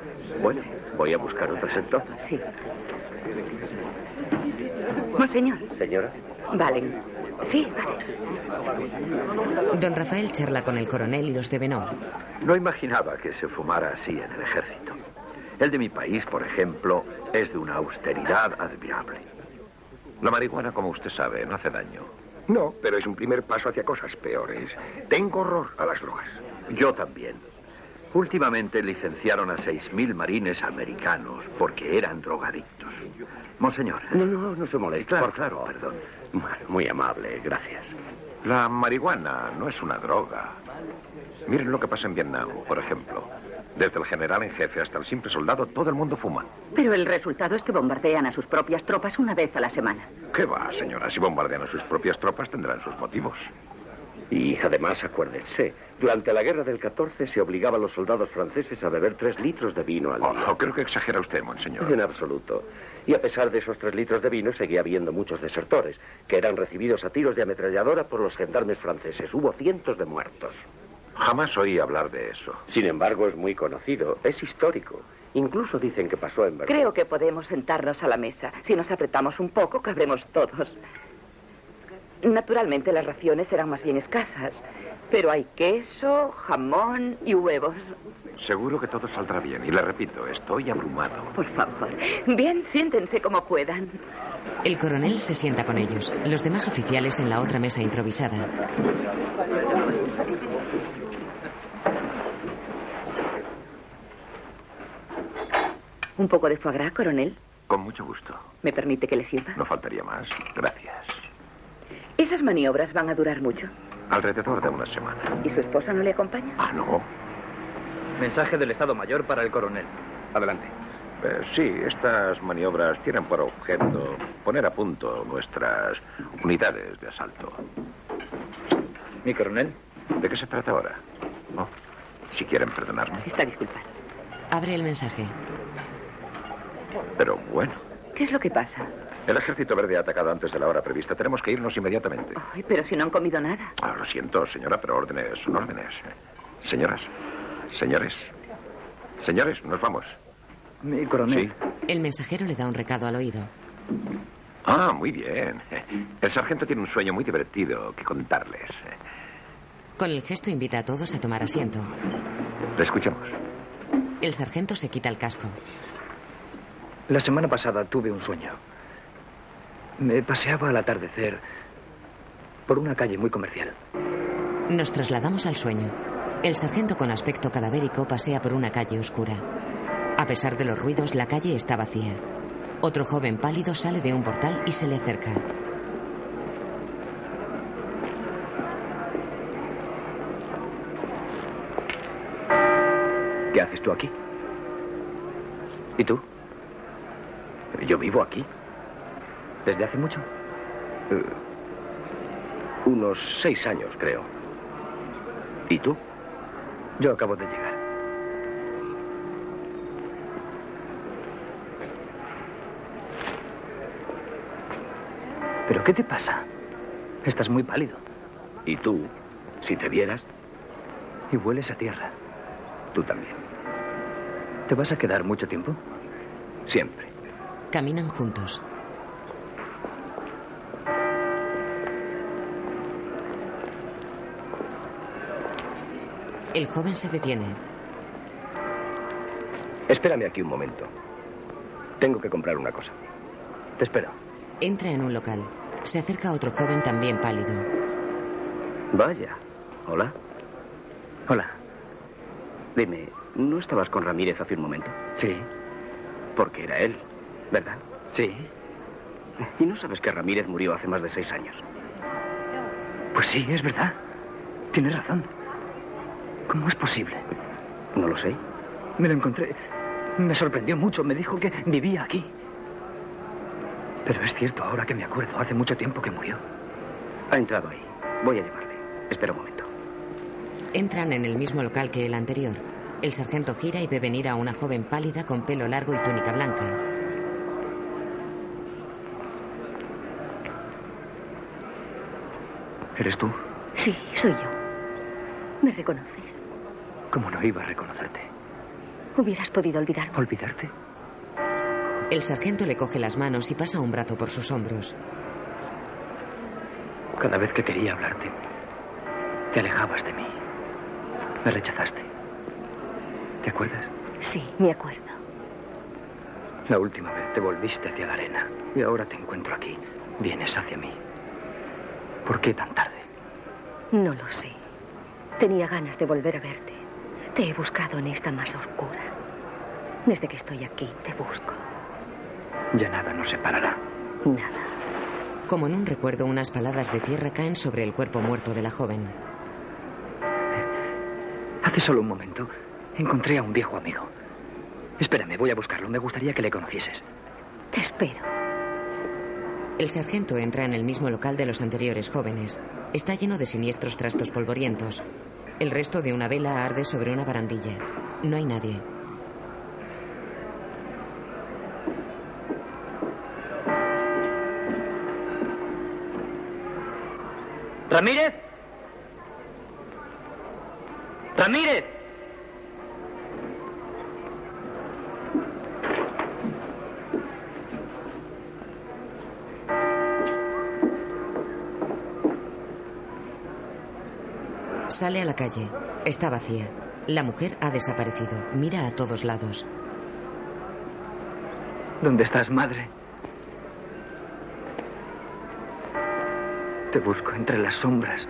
Speaker 25: Bueno, voy a buscar otras entonces.
Speaker 6: Sí. Monseñor.
Speaker 25: Señora.
Speaker 6: Valen. Sí, vale.
Speaker 2: Don Rafael charla con el coronel y los de Benoit.
Speaker 26: No imaginaba que se fumara así en el ejército. El de mi país, por ejemplo, es de una austeridad admirable.
Speaker 7: La marihuana, como usted sabe, no hace daño.
Speaker 23: No, pero es un primer paso hacia cosas peores. Tengo horror a las drogas.
Speaker 26: Yo también. Últimamente licenciaron a 6.000 marines americanos porque eran drogadictos. Monseñor.
Speaker 4: No, no, no se moleste.
Speaker 26: Claro,
Speaker 4: por favor.
Speaker 26: claro, perdón.
Speaker 4: Muy amable, gracias.
Speaker 7: La marihuana no es una droga. Miren lo que pasa en Vietnam, por ejemplo. Desde el general en jefe hasta el simple soldado, todo el mundo fuma.
Speaker 6: Pero el resultado es que bombardean a sus propias tropas una vez a la semana.
Speaker 7: ¿Qué va, señora? Si bombardean a sus propias tropas, tendrán sus motivos.
Speaker 4: Y además, acuérdense, durante la guerra del 14 se obligaba a los soldados franceses a beber tres litros de vino al día.
Speaker 7: Oh, creo que exagera usted, monseñor.
Speaker 4: En absoluto. Y a pesar de esos tres litros de vino, seguía habiendo muchos desertores, que eran recibidos a tiros de ametralladora por los gendarmes franceses. Hubo cientos de muertos.
Speaker 7: Jamás oí hablar de eso.
Speaker 4: Sin embargo, es muy conocido, es histórico. Incluso dicen que pasó en verdad.
Speaker 6: Creo que podemos sentarnos a la mesa. Si nos apretamos un poco, cabremos todos. Naturalmente, las raciones serán más bien escasas. Pero hay queso, jamón y huevos.
Speaker 7: Seguro que todo saldrá bien. Y le repito, estoy abrumado.
Speaker 6: Por favor. Bien, siéntense como puedan.
Speaker 2: El coronel se sienta con ellos, los demás oficiales en la otra mesa improvisada.
Speaker 6: ¿Un poco de foie gras, coronel?
Speaker 7: Con mucho gusto.
Speaker 6: ¿Me permite que le sirva?
Speaker 7: No faltaría más. Gracias.
Speaker 6: Esas maniobras van a durar mucho.
Speaker 7: Alrededor de una semana.
Speaker 6: ¿Y su esposa no le acompaña?
Speaker 7: Ah, no.
Speaker 9: Mensaje del Estado Mayor para el coronel.
Speaker 7: Adelante. Eh, sí, estas maniobras tienen por objeto poner a punto nuestras unidades de asalto.
Speaker 9: ¿Mi coronel?
Speaker 7: ¿De qué se trata ahora? Oh, si quieren perdonarme.
Speaker 6: Está disculpado.
Speaker 2: Abre el mensaje.
Speaker 7: Pero bueno,
Speaker 6: ¿Qué es lo que pasa?
Speaker 7: el Ejército Verde ha atacado antes de la hora prevista. Tenemos que irnos inmediatamente.
Speaker 6: Ay, pero si no han comido nada.
Speaker 7: Ah, lo siento, señora, pero órdenes son órdenes. Señoras, señores, señores, nos vamos.
Speaker 9: Mi coronel.
Speaker 2: El mensajero le da un recado al oído.
Speaker 7: Ah, muy bien. El sargento tiene un sueño muy divertido que contarles.
Speaker 2: Con el gesto invita a todos a tomar asiento.
Speaker 7: Le escuchamos.
Speaker 2: El sargento se quita el casco.
Speaker 9: La semana pasada tuve un sueño. Me paseaba al atardecer por una calle muy comercial.
Speaker 2: Nos trasladamos al sueño. El sargento con aspecto cadavérico pasea por una calle oscura. A pesar de los ruidos, la calle está vacía. Otro joven pálido sale de un portal y se le acerca.
Speaker 9: ¿Qué haces tú aquí? ¿Y tú?
Speaker 27: Yo vivo aquí.
Speaker 9: ¿Desde hace mucho?
Speaker 27: Eh, unos seis años, creo. ¿Y tú?
Speaker 9: Yo acabo de llegar. ¿Pero qué te pasa? Estás muy pálido
Speaker 27: ¿Y tú? Si te vieras,
Speaker 9: y hueles a tierra.
Speaker 27: tú también.
Speaker 9: ¿Te vas a quedar mucho tiempo?
Speaker 27: Siempre.
Speaker 2: Caminan juntos. El joven se detiene.
Speaker 27: Espérame aquí un momento. Tengo que comprar una cosa. Te espero.
Speaker 2: Entra en un local. Se acerca otro joven también pálido.
Speaker 28: Vaya. Hola. Hola. Dime, ¿no estabas con Ramírez hace un momento? Sí. Porque era él, ¿verdad? Sí. ¿Y no sabes que Ramírez murió hace más de seis años? Pues sí, es verdad.
Speaker 9: Tienes razón. ¿Cómo es posible?
Speaker 28: No lo sé.
Speaker 9: Me lo encontré. Me sorprendió mucho. Me dijo que vivía aquí. Pero es cierto, ahora que me acuerdo, hace mucho tiempo que murió.
Speaker 28: Ha entrado ahí. Voy a llamarle. Espera un momento.
Speaker 2: Entran en el mismo local que el anterior. El sargento gira y ve venir a una joven pálida con pelo largo y túnica blanca.
Speaker 9: ¿Eres tú?
Speaker 5: Sí, soy yo. ¿Me reconoces?
Speaker 9: ¿Cómo no iba a reconocerte?
Speaker 5: Hubieras podido olvidarme.
Speaker 9: ¿Olvidarte?
Speaker 2: El sargento le coge las manos y pasa un brazo por sus hombros.
Speaker 9: Cada vez que quería hablarte, te alejabas de mí. Me rechazaste. ¿Te acuerdas?
Speaker 5: Sí, me acuerdo.
Speaker 9: La última vez te volviste hacia la arena y ahora te encuentro aquí. Vienes hacia mí. ¿Por qué tan tarde?
Speaker 5: No lo sé. Tenía ganas de volver a verte. Te he buscado en esta masa oscura. Desde que estoy aquí, te busco.
Speaker 9: Ya nada nos separará.
Speaker 5: Nada.
Speaker 2: Como en un recuerdo, unas paladas de tierra caen sobre el cuerpo muerto de la joven.
Speaker 9: Hace solo un momento encontré a un viejo amigo. Espérame, voy a buscarlo. Me gustaría que le conocieses.
Speaker 5: Te espero.
Speaker 2: El sargento entra en el mismo local de los anteriores jóvenes. Está lleno de siniestros trastos polvorientos. El resto de una vela arde sobre una barandilla. No hay nadie.
Speaker 9: ¡Ramírez! ¡Ramírez!
Speaker 2: Sale a la calle. Está vacía. La mujer ha desaparecido. Mira a todos lados.
Speaker 9: ¿Dónde estás, madre? Te busco entre las sombras.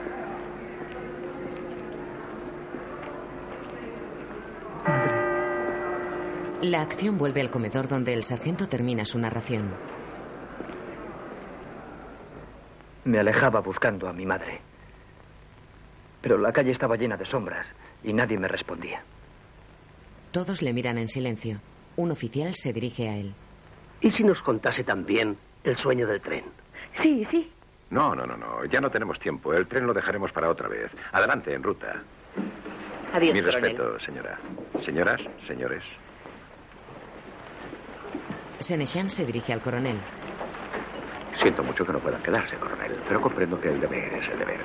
Speaker 2: La acción vuelve al comedor donde el sargento termina su narración.
Speaker 9: Me alejaba buscando a mi madre. Pero la calle estaba llena de sombras y nadie me respondía.
Speaker 2: Todos le miran en silencio. Un oficial se dirige a él.
Speaker 29: ¿Y si nos contase también el sueño del tren?
Speaker 5: Sí, sí.
Speaker 7: No, no, no, no. Ya no tenemos tiempo. El tren lo dejaremos para otra vez. Adelante, en ruta.
Speaker 6: Adiós,
Speaker 7: Mi
Speaker 6: coronel.
Speaker 7: respeto, señora. Señoras, señores.
Speaker 2: Senechan se dirige al coronel.
Speaker 28: Siento mucho que no puedan quedarse, coronel, pero comprendo que el deber es el deber.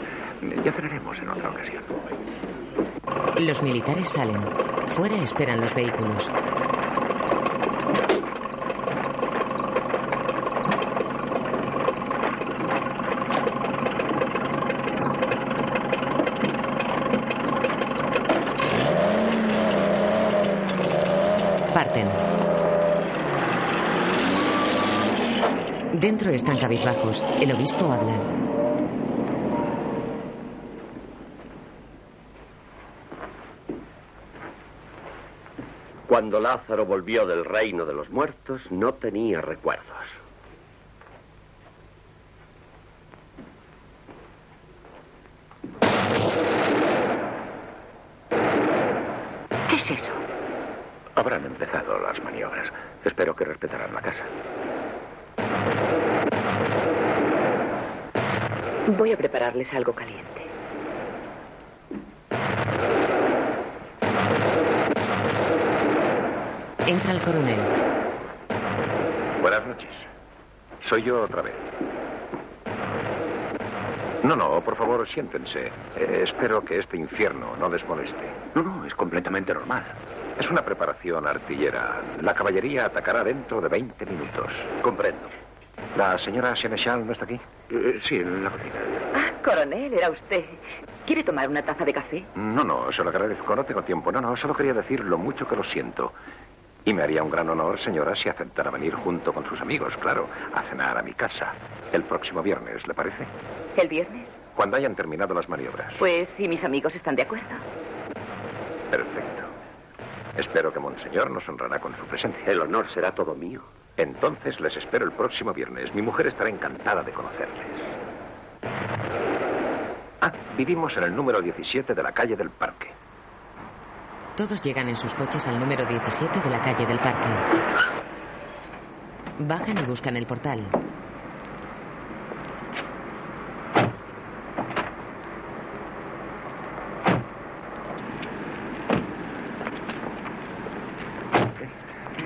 Speaker 28: Ya cenaremos en otra ocasión.
Speaker 2: Los militares salen. Fuera esperan los vehículos. Parten. Dentro están cabizbajos. El obispo habla.
Speaker 4: Cuando Lázaro volvió del reino de los muertos, no tenía recuerdos.
Speaker 6: ¿Qué es eso?
Speaker 28: Habrán empezado las maniobras. Espero que respetarán la casa.
Speaker 6: Voy a prepararles algo caliente.
Speaker 2: Entra el coronel.
Speaker 7: Buenas noches. Soy yo otra vez. No, no, por favor, siéntense. Eh, espero que este infierno no les moleste. No, no, es completamente normal. Es una preparación artillera. La caballería atacará dentro de 20 minutos. Comprendo. ¿La señora Senechal no está aquí? Eh, sí, en la cocina.
Speaker 6: Ah, coronel, era usted. ¿Quiere tomar una taza de café?
Speaker 7: No, no, se lo agradezco. No tengo tiempo. No, no, solo quería decir lo mucho que lo siento.
Speaker 30: Y me haría un gran honor, señora, si aceptara venir junto con sus amigos, claro, a cenar a mi casa el próximo viernes, ¿le parece?
Speaker 6: ¿El viernes?
Speaker 30: Cuando hayan terminado las maniobras.
Speaker 6: Pues si mis amigos están de acuerdo.
Speaker 30: Perfecto. Espero que Monseñor nos honrará con su presencia. El honor será todo mío. Entonces les espero el próximo viernes. Mi mujer estará encantada de conocerles. Ah, vivimos en el número 17 de la calle del Parque.
Speaker 2: Todos llegan en sus coches al número 17 de la calle del parque. Bajan y buscan el portal.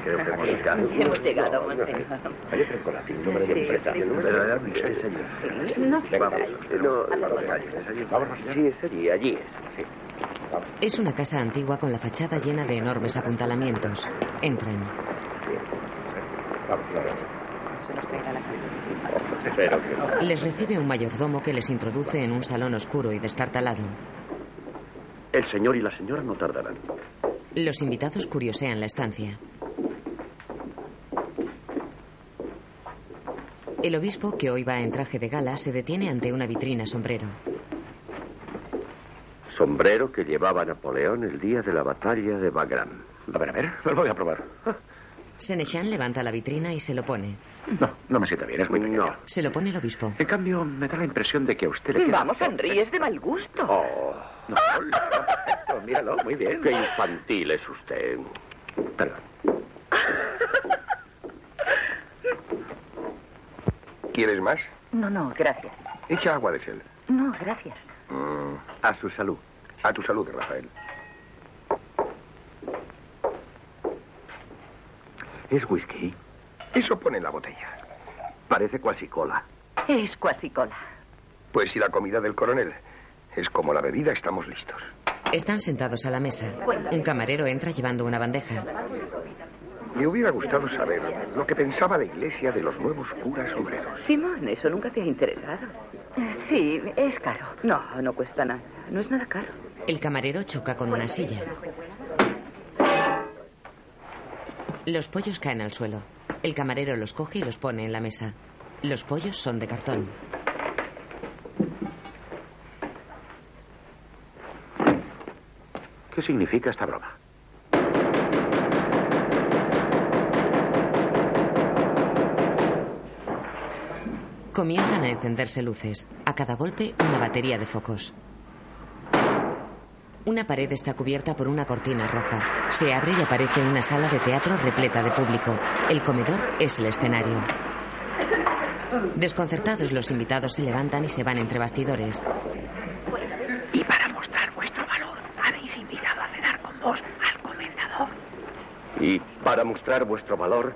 Speaker 4: Creo que hemos llegado.
Speaker 6: Hemos llegado, Monseñor.
Speaker 4: Hay otro con la número
Speaker 6: Sí,
Speaker 4: de empresa.
Speaker 6: sí,
Speaker 31: eh,
Speaker 6: sí.
Speaker 4: Verdaderamente, sí, señor.
Speaker 6: No sé.
Speaker 4: Vamos, Eh, no, Vámonos. Sí, es allí, allí es. Sí.
Speaker 2: Es una casa antigua con la fachada llena de enormes apuntalamientos. Entran.
Speaker 4: Espero que no.
Speaker 2: Les recibe un mayordomo que les introduce en un salón oscuro y destartalado.
Speaker 32: El señor y la señora no tardarán.
Speaker 2: Los invitados curiosean la estancia. El obispo, que hoy va en traje de gala, se detiene ante una vitrina sombrero.
Speaker 31: Sombrero que llevaba Napoleón el día de la batalla de Bagram. A ver, a ver, lo voy a probar.
Speaker 2: Senechan levanta la vitrina y se lo pone.
Speaker 31: No, no me sienta bien, es muy pequeño.
Speaker 2: Se lo pone el obispo.
Speaker 31: En cambio, me da la impresión de que a usted
Speaker 6: Vamos, Henry, es de mal gusto.
Speaker 31: Oh, no, no, perfecto, míralo, muy bien. Qué infantil es usted. Perdón.
Speaker 7: ¿Quieres más?
Speaker 6: No, no, gracias.
Speaker 7: Echa agua de sel. Mm,
Speaker 6: No, gracias.
Speaker 7: a su salud. A tu salud, Rafael.
Speaker 33: ¿Es whisky?
Speaker 7: Eso pone en la botella.
Speaker 33: Parece cuasi cola.
Speaker 6: Es cuasicola.
Speaker 7: Pues si la comida del coronel es como la bebida, estamos listos.
Speaker 2: Están sentados a la mesa. Un camarero entra llevando una bandeja.
Speaker 7: Me hubiera gustado saber lo que pensaba la iglesia de los nuevos curas obreros.
Speaker 6: Simón, eso nunca te ha interesado. Eh, Sí, es caro. No, no cuesta nada. No es nada caro.
Speaker 2: El camarero choca con una silla. Los pollos caen al suelo. El camarero los coge y los pone en la mesa. Los pollos son de cartón.
Speaker 31: ¿Qué significa esta broma?
Speaker 2: Comienzan a encenderse luces. A cada golpe, una batería de focos. Una pared está cubierta por una cortina roja. Se abre y aparece una sala de teatro repleta de público. El comedor es el escenario. Desconcertados, los invitados se levantan y se van entre bastidores.
Speaker 34: Y para mostrar vuestro valor, habéis invitado a cenar con vos al comendador.
Speaker 31: Y para mostrar vuestro valor,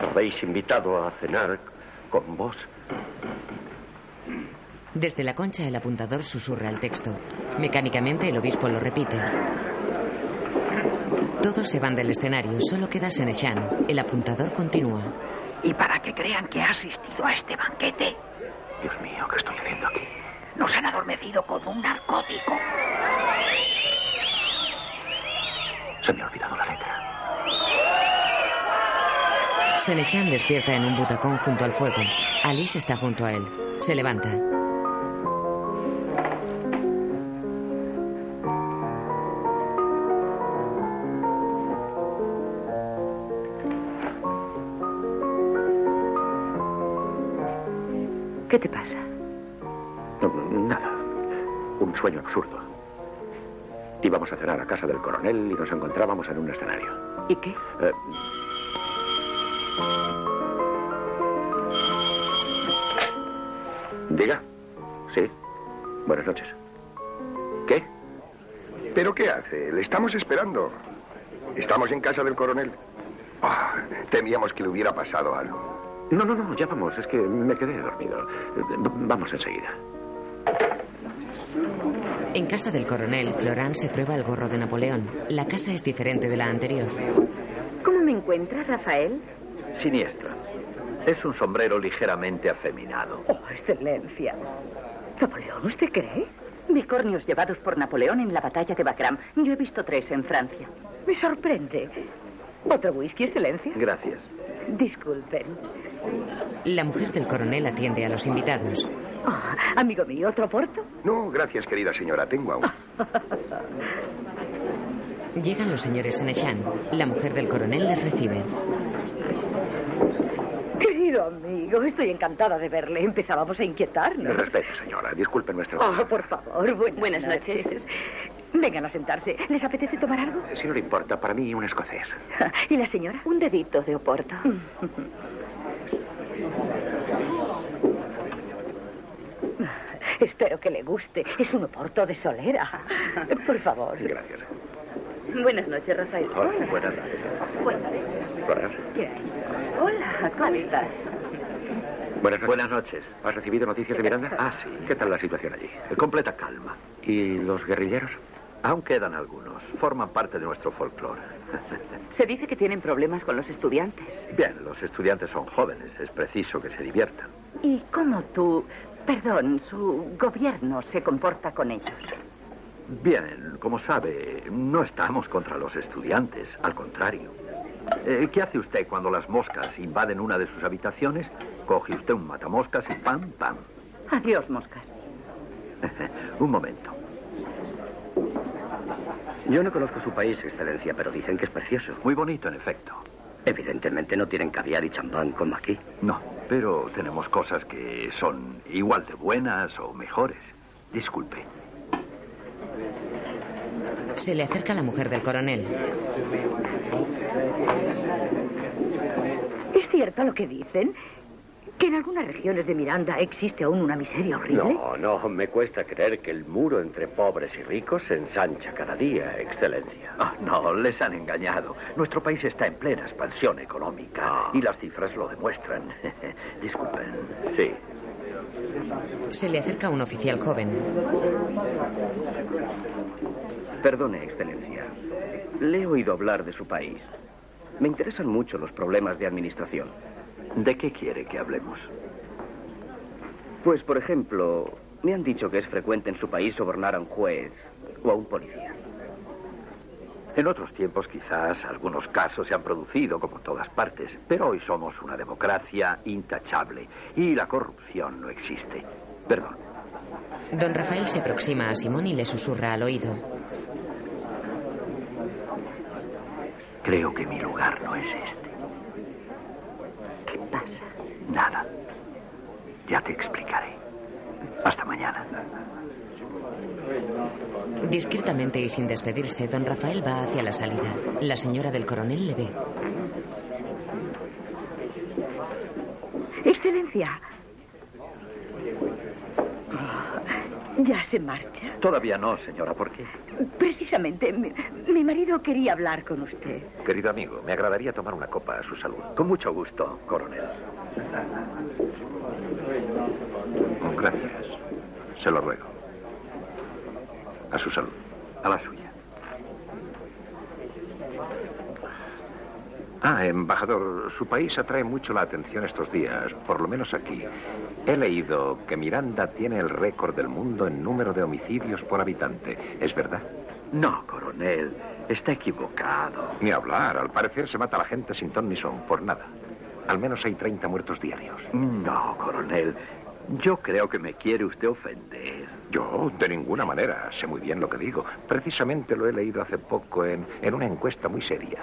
Speaker 31: habéis invitado a cenar con vos.
Speaker 2: Desde la concha, el apuntador susurra el texto. Mecánicamente, el obispo lo repite. Todos se van del escenario, solo queda Senechan. El apuntador continúa.
Speaker 34: Y para que crean que ha asistido a este banquete. Dios mío, ¿qué estoy haciendo aquí? Nos han adormecido como un narcótico.
Speaker 33: Se me ha olvidado la letra.
Speaker 2: Senechan despierta en un butacón junto al fuego. Alice está junto a él. Se levanta.
Speaker 6: ¿Qué te pasa?
Speaker 31: Nada. Un sueño absurdo. Íbamos a cenar a casa del coronel y nos encontrábamos en un escenario.
Speaker 6: ¿Y qué?
Speaker 31: Eh, Diga. Sí. Buenas noches.
Speaker 7: ¿Qué? ¿Pero qué hace? Le estamos esperando. Estamos en casa del coronel. Ah, temíamos que le hubiera pasado algo.
Speaker 31: No, no, no, ya vamos. Es que me quedé dormido. Eh, v- Vamos enseguida.
Speaker 2: En casa del coronel, Florán se prueba el gorro de Napoleón. La casa es diferente de la anterior.
Speaker 5: ¿Cómo me encuentras, Rafael?
Speaker 33: Siniestra. Es un sombrero ligeramente afeminado.
Speaker 6: Oh, excelencia. Napoleón, ¿usted cree? Bicornios llevados por Napoleón en la batalla de Bagram. Yo he visto tres en Francia. Me sorprende. ¿Otro whisky, excelencia?
Speaker 35: Gracias.
Speaker 6: Disculpen.
Speaker 2: La mujer del coronel atiende a los invitados.
Speaker 6: Ah, amigo mío, ¿otro porto?
Speaker 36: No, gracias, querida señora. Tengo
Speaker 7: Ah,
Speaker 36: aún.
Speaker 2: Llegan los señores Senechan. La mujer del coronel les recibe.
Speaker 6: Querido amigo, estoy encantada de verle. Empezábamos a inquietarnos.
Speaker 7: Respeto, señora. Disculpe nuestra.
Speaker 6: Oh, por favor, buenas,
Speaker 37: Buenas noches.
Speaker 6: Vengan a sentarse. ¿Les apetece tomar algo?
Speaker 7: Si no le importa, para mí un escocés.
Speaker 6: ¿Y la señora?
Speaker 37: Un dedito de Oporto.
Speaker 6: Espero que le guste. Es un oporto de solera. Por favor.
Speaker 7: Gracias.
Speaker 37: Buenas noches, Rafael.
Speaker 7: Hola, buenas noches. Buenas.
Speaker 37: Hola, ¿cómo estás?
Speaker 7: Buenas noches. ¿Has recibido noticias de Miranda? Ah, sí. ¿Qué tal la situación allí? Completa calma. ¿Y los guerrilleros?
Speaker 38: Aún quedan algunos. Forman parte de nuestro folclore.
Speaker 37: Se dice que tienen problemas con los estudiantes.
Speaker 38: Bien, los estudiantes son jóvenes. Es preciso que se diviertan.
Speaker 37: ¿Y cómo tú, perdón, su gobierno se comporta con ellos?
Speaker 38: Bien, como sabe, no estamos contra los estudiantes. Al contrario. Eh, ¿Qué hace usted cuando las moscas invaden una de sus habitaciones? Coge usted un matamoscas y pam, pam.
Speaker 37: Adiós, moscas.
Speaker 38: Un momento.
Speaker 4: Yo no conozco su país, Excelencia, pero dicen que es precioso.
Speaker 38: Muy bonito, en efecto.
Speaker 4: Evidentemente no tienen caviar y champán como aquí.
Speaker 38: No, pero tenemos cosas que son igual de buenas o mejores. Disculpe.
Speaker 2: Se le acerca la mujer del coronel.
Speaker 6: ¿Es cierto lo que dicen? ¿Que en algunas regiones de Miranda existe aún una miseria horrible?
Speaker 39: No, Oh, no, me cuesta creer que el muro entre pobres y ricos se ensancha cada día, Excelencia.
Speaker 38: Ah, no, les han engañado. Nuestro país está en plena expansión económica
Speaker 39: Ah.
Speaker 38: y las cifras lo demuestran. Disculpen.
Speaker 39: Sí.
Speaker 2: Se le acerca un oficial joven.
Speaker 4: Perdone, Excelencia. Le he oído hablar de su país. Me interesan mucho los problemas de administración.
Speaker 38: ¿De qué quiere que hablemos?
Speaker 4: Pues, por ejemplo, me han dicho que es frecuente en su país sobornar a un juez o a un policía.
Speaker 38: En otros tiempos quizás algunos casos se han producido, como en todas partes, pero hoy somos una democracia intachable y la corrupción no existe. Perdón.
Speaker 2: Don Rafael se aproxima a Simón y le susurra al oído.
Speaker 38: Creo que mi lugar no es este.
Speaker 37: ¿Qué pasa?
Speaker 38: Nada. Ya te explicaré. Hasta mañana.
Speaker 2: Discretamente y sin despedirse, don Rafael va hacia la salida. La señora del coronel le ve.
Speaker 6: Excelencia. Ya se marcha.
Speaker 38: Todavía no, señora, ¿por qué?
Speaker 6: Precisamente, mi, mi marido quería hablar con usted.
Speaker 7: Querido amigo, me agradaría tomar una copa a su salud. Con mucho gusto, coronel. Gracias. Se lo ruego. A su salud.
Speaker 38: A la suya.
Speaker 7: Ah, embajador, su país atrae mucho la atención estos días, por lo menos aquí. He leído que Miranda tiene el récord del mundo en número de homicidios por habitante. ¿Es verdad?
Speaker 38: No, coronel. Está equivocado.
Speaker 7: Ni hablar. Al parecer se mata a la gente sin ton ni son, por nada. Al menos hay 30 muertos diarios.
Speaker 38: No, coronel. Yo creo que me quiere usted ofender.
Speaker 7: Yo, de ninguna manera, sé muy bien lo que digo. Precisamente lo he leído hace poco en, en una encuesta muy seria.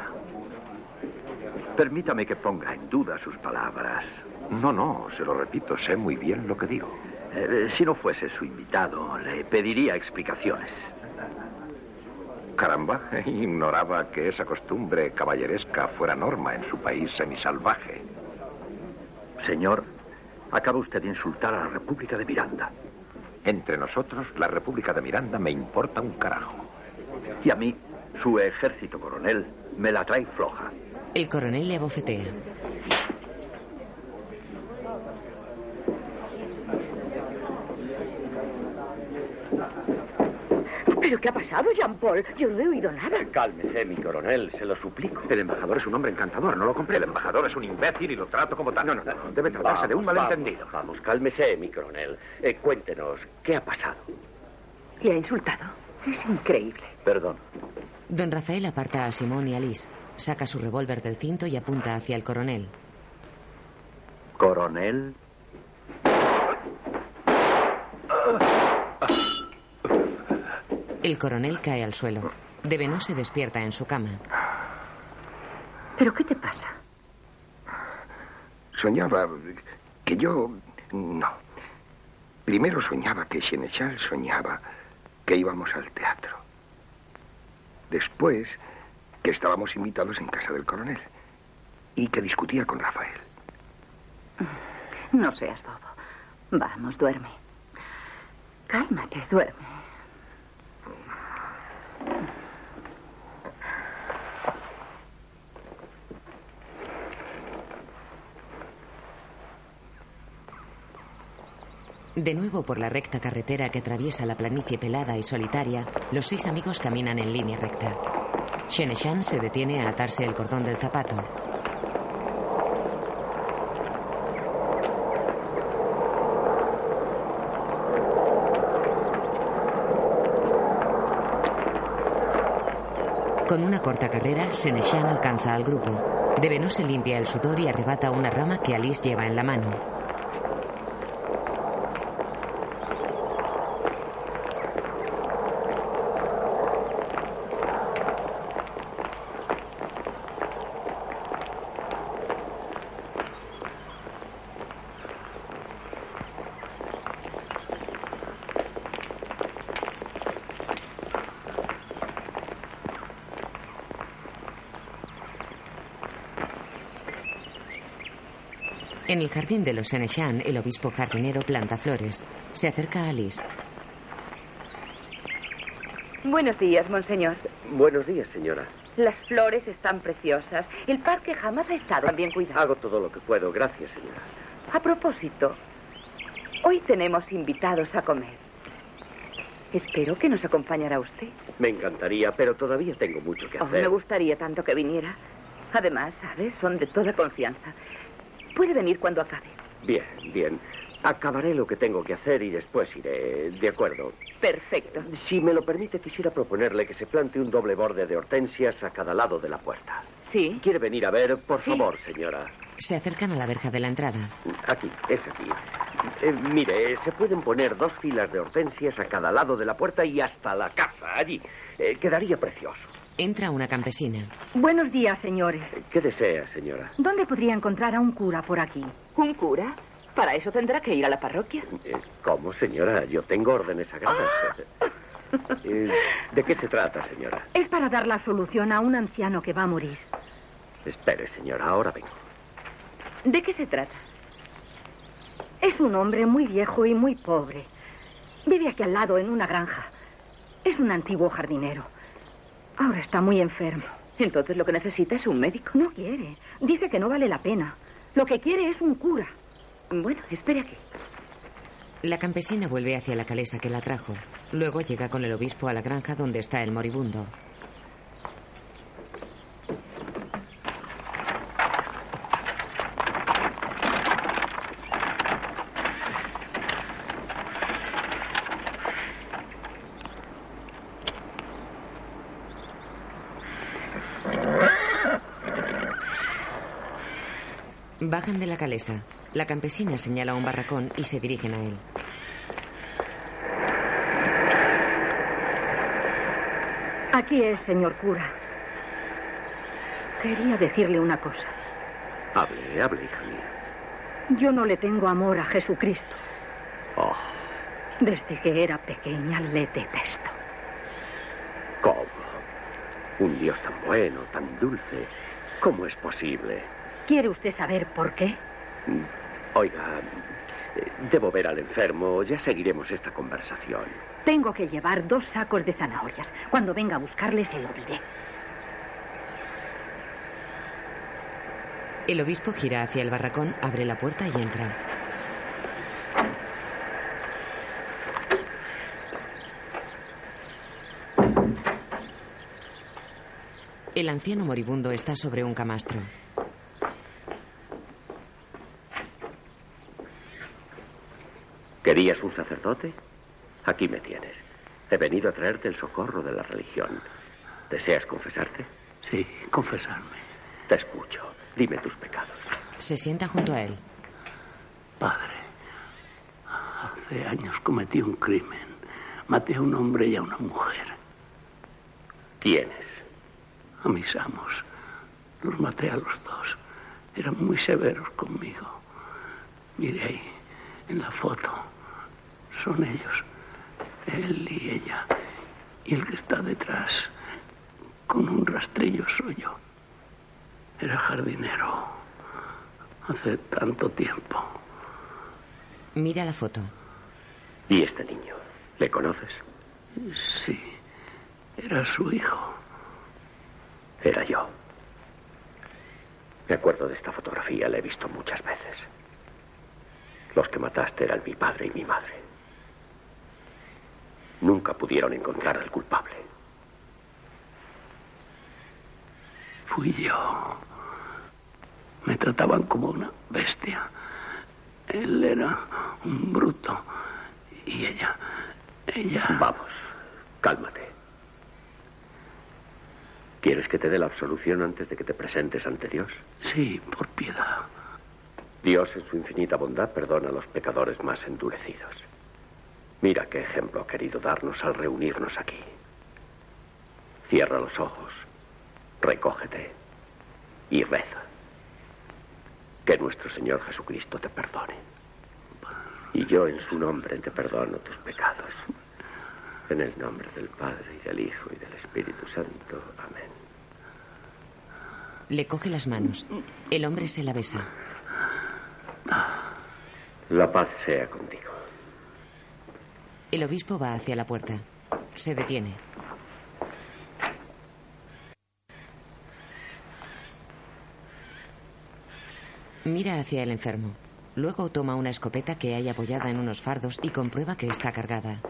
Speaker 38: Permítame que ponga en duda sus palabras.
Speaker 7: No, no, se lo repito, sé muy bien lo que digo.
Speaker 38: Eh, si no fuese su invitado, le pediría explicaciones.
Speaker 7: Caramba, ignoraba que esa costumbre caballeresca fuera norma en su país semisalvaje.
Speaker 38: Señor, acaba usted de insultar a la República de Miranda.
Speaker 7: Entre nosotros, la República de Miranda me importa un carajo.
Speaker 38: Y a mí, su ejército coronel, me la trae floja.
Speaker 2: El coronel le abofetea.
Speaker 6: ¿Pero qué ha pasado, Jean-Paul? Yo no he oído nada.
Speaker 39: Cálmese, mi coronel, se lo suplico.
Speaker 7: El embajador es un hombre encantador, no lo compré. El embajador es un imbécil y lo trato como tal. No, no, no. Debe tratarse de un
Speaker 39: Vamos,
Speaker 7: malentendido.
Speaker 39: Vamos, cálmese, mi coronel. Eh, cuéntenos, ¿qué ha pasado?
Speaker 37: ¿Le ha insultado? Es increíble.
Speaker 39: Perdón.
Speaker 2: Don Rafael aparta a Simón y a Liz. Saca su revólver del cinto y apunta hacia el coronel.
Speaker 4: Coronel.
Speaker 2: El coronel cae al suelo. Devenó se despierta en su cama.
Speaker 40: ¿Pero qué te pasa?
Speaker 7: Soñaba que yo... No. Primero soñaba que Senechal soñaba que íbamos al teatro. Después que estábamos invitados en casa del coronel y que discutía con Rafael.
Speaker 40: No seas bobo. Vamos, duerme. Cálmate, duerme.
Speaker 2: De nuevo por la recta carretera que atraviesa la planicie pelada y solitaria, los seis amigos caminan en línea recta. Shan se detiene a atarse el cordón del zapato. Con una corta carrera, Shan alcanza al grupo. Devenú se limpia el sudor y arrebata una rama que Alice lleva en la mano. En el jardín de los Senechan, el obispo jardinero planta flores. Se acerca a Alice.
Speaker 6: Buenos días, monseñor.
Speaker 4: Buenos días, señora.
Speaker 6: Las flores están preciosas. El parque jamás ha estado tan bien cuidado.
Speaker 4: Hago todo lo que puedo. Gracias, señora.
Speaker 6: A propósito, hoy tenemos invitados a comer. Espero que nos acompañará usted.
Speaker 4: Me encantaría, pero todavía tengo mucho que
Speaker 6: Oh, me
Speaker 4: hacer.
Speaker 6: gustaría tanto que viniera. Además, ¿sabes? Son de toda confianza. Puede venir cuando acabe.
Speaker 4: Bien, bien. Acabaré lo que tengo que hacer y después iré. De acuerdo.
Speaker 6: Perfecto.
Speaker 4: Si me lo permite, quisiera proponerle que se plante un doble borde de hortensias a cada lado de la puerta.
Speaker 6: Sí.
Speaker 4: ¿Quiere venir a ver? Por favor, señora.
Speaker 2: Se acercan a la verja de la entrada.
Speaker 4: Aquí, es aquí. Eh, mire, se pueden poner dos filas de hortensias a cada lado de la puerta y hasta la casa, allí. Eh, quedaría precioso. Eh,
Speaker 2: Entra una campesina.
Speaker 5: Buenos días, señores.
Speaker 4: ¿Qué desea, señora?
Speaker 5: ¿Dónde podría encontrar a un cura por aquí?
Speaker 40: ¿Un cura? Para eso tendrá que ir a la parroquia.
Speaker 4: Eh, ¿Cómo, señora? Yo tengo órdenes sagradas. Eh, ¿De qué se trata, señora?
Speaker 5: Es para dar la solución a un anciano que va a morir.
Speaker 4: Espere, señora, ahora vengo.
Speaker 5: ¿De qué se trata? Es un hombre muy viejo y muy pobre. Vive aquí al lado en una granja. Es un antiguo jardinero. Ahora está muy enfermo.
Speaker 40: Entonces lo que necesita es un médico.
Speaker 5: No quiere. Dice que no vale la pena. Lo que quiere es un cura.
Speaker 40: Bueno, espere aquí.
Speaker 2: La campesina vuelve hacia la calesa que la trajo. Luego llega con el obispo a la granja donde está el moribundo. Bajan de la calesa. La campesina señala un barracón y se dirigen a él.
Speaker 5: Aquí es, señor cura. Quería decirle una cosa.
Speaker 4: Hable, hable, hija mía.
Speaker 5: Yo no le tengo amor a Jesucristo.
Speaker 4: Oh,
Speaker 5: Desde que era pequeña le detesto.
Speaker 4: ¿cómo? Un Dios tan bueno, tan dulce. ¿Cómo es posible?
Speaker 5: ¿Quiere usted saber por qué?
Speaker 4: Oiga, eh, debo ver al enfermo. Ya seguiremos esta conversación.
Speaker 5: Tengo que llevar dos sacos de zanahorias. Cuando venga a buscarle se lo diré.
Speaker 2: El obispo gira hacia el barracón, abre la puerta y entra. El anciano moribundo está sobre un camastro.
Speaker 4: ¿Querías un sacerdote? Aquí me tienes. He venido a traerte el socorro de la religión. ¿Deseas confesarte? Sí, confesarme. Te escucho. Dime tus pecados.
Speaker 2: Se sienta junto a él.
Speaker 4: Padre, hace años cometí un crimen. Maté a un hombre y a una mujer.
Speaker 41: ¿Quiénes?
Speaker 4: A mis amos. Los maté a los dos. Eran muy severos conmigo. Mire ahí, en la foto. Son ellos. Él y ella. Y el que está detrás, con un rastrillo suyo. Era jardinero. Hace tanto tiempo.
Speaker 2: Mira la foto.
Speaker 41: ¿Y este niño? ¿Le conoces?
Speaker 4: Sí. Era su hijo.
Speaker 41: Era yo. Me acuerdo de esta fotografía, la he visto muchas veces. Los que mataste eran mi padre y mi madre. Nunca pudieron encontrar al culpable.
Speaker 4: Fui yo. Me trataban como una bestia. Él era un bruto. Y ella. Ella.
Speaker 41: Vamos, cálmate. ¿Quieres que te dé la absolución antes de que te presentes ante Dios?
Speaker 4: Sí, por piedad.
Speaker 41: Dios en su infinita bondad perdona a los pecadores más endurecidos. Mira qué ejemplo ha querido darnos al reunirnos aquí. Cierra los ojos, recógete y reza. Que nuestro Señor Jesucristo te perdone. Y yo en su nombre te perdono tus pecados. En el nombre del Padre y del Hijo y del Espíritu Santo. Amén.
Speaker 2: Le coge las manos. El hombre se la besa.
Speaker 41: La paz sea contigo.
Speaker 2: El obispo va hacia la puerta. Se detiene. Mira hacia el enfermo. Luego toma una escopeta que hay apoyada en unos fardos y comprueba que está cargada.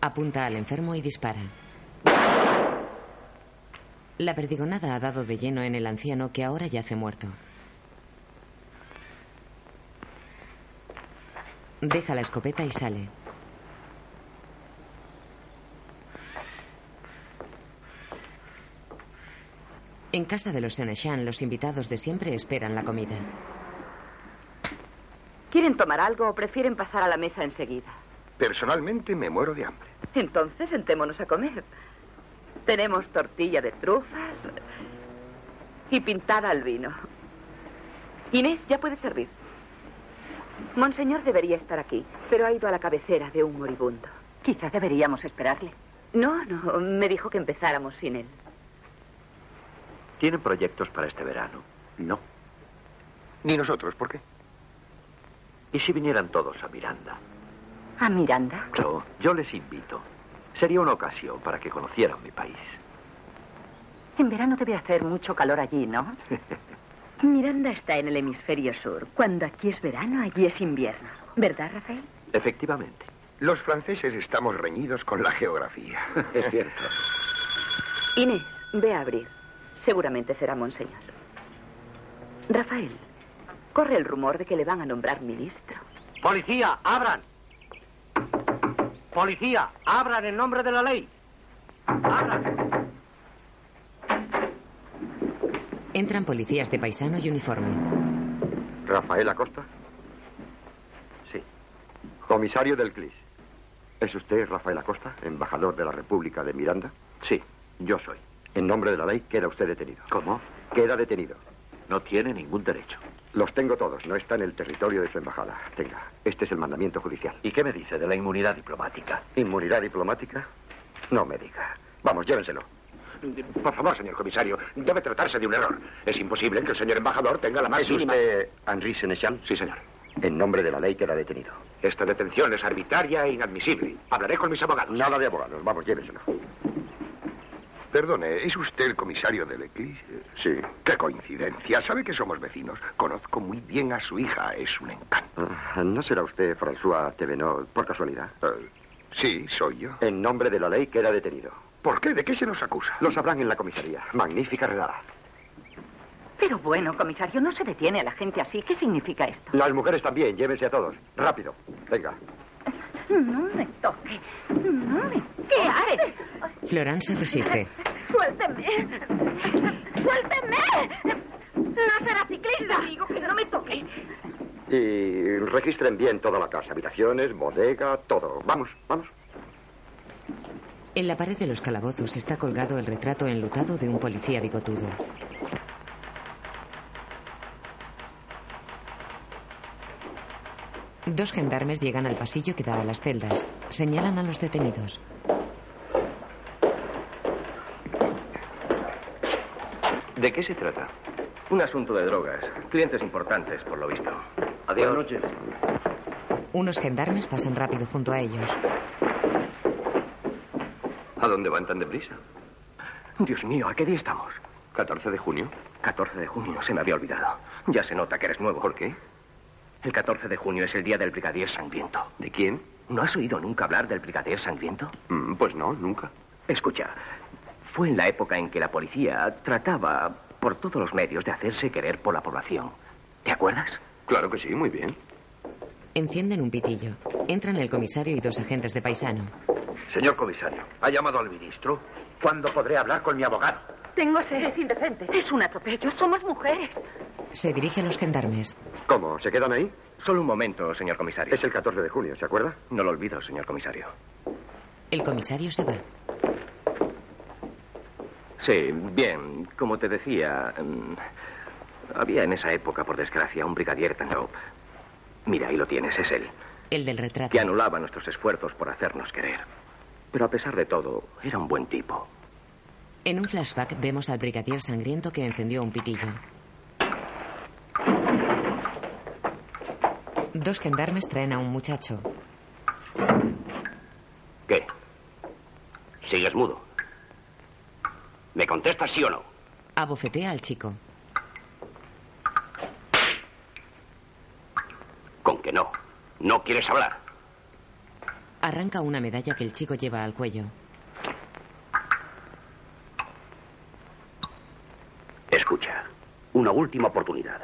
Speaker 2: Apunta al enfermo y dispara. La perdigonada ha dado de lleno en el anciano que ahora yace muerto. Deja la escopeta y sale. En casa de los Senechan, los invitados de siempre esperan la comida.
Speaker 6: ¿Quieren tomar algo o prefieren pasar a la mesa enseguida?
Speaker 7: Personalmente me muero de hambre.
Speaker 6: Entonces sentémonos a comer. Tenemos tortilla de trufas y pintada al vino. Inés, ya puede servir.
Speaker 42: Monseñor debería estar aquí, pero ha ido a la cabecera de un moribundo.
Speaker 6: Quizá deberíamos esperarle.
Speaker 42: No, no, me dijo que empezáramos sin él.
Speaker 43: ¿Tienen proyectos para este verano? No.
Speaker 7: Ni nosotros, ¿por qué?
Speaker 43: ¿Y si vinieran todos a Miranda?
Speaker 6: ¿A Miranda?
Speaker 43: Yo, yo les invito. Sería una ocasión para que conocieran mi país.
Speaker 6: En verano debe hacer mucho calor allí, ¿no?
Speaker 44: Miranda está en el hemisferio sur. Cuando aquí es verano, allí es invierno. ¿Verdad, Rafael?
Speaker 43: Efectivamente.
Speaker 7: Los franceses estamos reñidos con la geografía.
Speaker 43: Es cierto.
Speaker 42: Inés, ve a abrir. Seguramente será monseñor. Rafael, corre el rumor de que le van a nombrar ministro.
Speaker 4: ¡Policía, abran! ¡Policía, abran en nombre de la ley! ¡Abran!
Speaker 2: Entran policías de paisano y uniforme.
Speaker 45: Rafael Acosta.
Speaker 43: Sí.
Speaker 45: Comisario del CLIS. ¿Es usted Rafael Acosta, embajador de la República de Miranda?
Speaker 43: Sí, yo soy.
Speaker 45: En nombre de la ley queda usted detenido.
Speaker 43: ¿Cómo?
Speaker 45: Queda detenido.
Speaker 43: No tiene ningún derecho.
Speaker 45: Los tengo todos. No está en el territorio de su embajada. Tenga. Este es el mandamiento judicial.
Speaker 43: ¿Y qué me dice de la inmunidad diplomática?
Speaker 45: ¿Inmunidad diplomática? No me diga. Vamos, llévenselo.
Speaker 46: Por favor, señor comisario, debe tratarse de un error. Es imposible que el señor embajador tenga la más
Speaker 45: ¿Es usted Henri Senechan?
Speaker 46: Sí, señor.
Speaker 45: En nombre de la ley queda detenido.
Speaker 46: Esta detención es arbitraria e inadmisible. Hablaré con mis abogados.
Speaker 45: Nada de abogados. Vamos, llévenselo.
Speaker 7: Perdone, ¿es usted el comisario del Eclipse?
Speaker 45: Sí.
Speaker 7: Qué coincidencia. Sabe que somos vecinos. Conozco muy bien a su hija. Es un encanto.
Speaker 45: Ah, ¿No será usted François Tevenot, por casualidad?
Speaker 7: Eh, sí, soy yo.
Speaker 45: En nombre de la ley queda detenido.
Speaker 7: ¿Por qué? ¿De qué se nos acusa?
Speaker 45: Lo sabrán en la comisaría. Magnífica redada.
Speaker 6: Pero Pero bueno, comisario, no se detiene a la gente así. ¿Qué significa esto?
Speaker 47: Las mujeres también, llévense a todos. Rápido. Venga.
Speaker 6: No me toque. No me... ¿Qué haces?
Speaker 2: Florán se resiste.
Speaker 5: ¡Suélteme! ¡Suélteme! ¡No será ciclista! Digo que no me toque.
Speaker 48: Y registren bien toda la casa, habitaciones, bodega, todo. Vamos, vamos.
Speaker 2: En la pared de los calabozos está colgado el retrato enlutado de un policía bigotudo. Dos gendarmes llegan al pasillo que da a las celdas. Señalan a los detenidos.
Speaker 4: ¿De qué se trata?
Speaker 7: Un asunto de drogas. Clientes importantes, por lo visto.
Speaker 4: Adiós.
Speaker 2: Unos gendarmes pasan rápido junto a ellos.
Speaker 4: ¿A dónde van tan deprisa?
Speaker 7: Dios mío, ¿a qué día estamos?
Speaker 4: 14 de junio.
Speaker 7: 14 de junio, se me había olvidado. Ya se nota que eres nuevo. ¿Por qué? El 14 de junio es el día del brigadier sangriento.
Speaker 4: ¿De quién?
Speaker 7: ¿No has oído nunca hablar del brigadier sangriento?
Speaker 4: Mm, Pues no, nunca.
Speaker 7: Escucha, fue en la época en que la policía trataba por todos los medios de hacerse querer por la población. ¿Te acuerdas?
Speaker 4: Claro que sí, muy bien.
Speaker 2: Encienden un pitillo. Entran el comisario y dos agentes de paisano.
Speaker 7: Señor comisario, ¿ha llamado al ministro? ¿Cuándo podré hablar con mi abogado?
Speaker 6: Tengo sed. Es indecente. Es un atropello. Somos mujeres.
Speaker 2: Se dirige a los gendarmes.
Speaker 7: ¿Cómo? ¿Se quedan ahí? Solo un momento, señor comisario.
Speaker 48: Es el 14 de junio, ¿se acuerda?
Speaker 7: No lo olvido, señor comisario.
Speaker 2: El comisario se va.
Speaker 7: Sí, bien, como te decía, mm, había en esa época, por desgracia, un brigadier Tanop. Mira, ahí lo tienes, es él,
Speaker 2: El del retrato.
Speaker 7: que anulaba nuestros esfuerzos por hacernos querer. Pero a pesar de todo, era un buen tipo.
Speaker 2: En un flashback vemos al brigadier sangriento que encendió un pitillo. Dos gendarmes traen a un muchacho.
Speaker 4: ¿Qué? ¿Sigues mudo? ¿Me contestas sí o no?
Speaker 2: Abofetea al chico.
Speaker 4: Con que no. No quieres hablar.
Speaker 2: Arranca una medalla que el chico lleva al cuello.
Speaker 4: Escucha, una última oportunidad.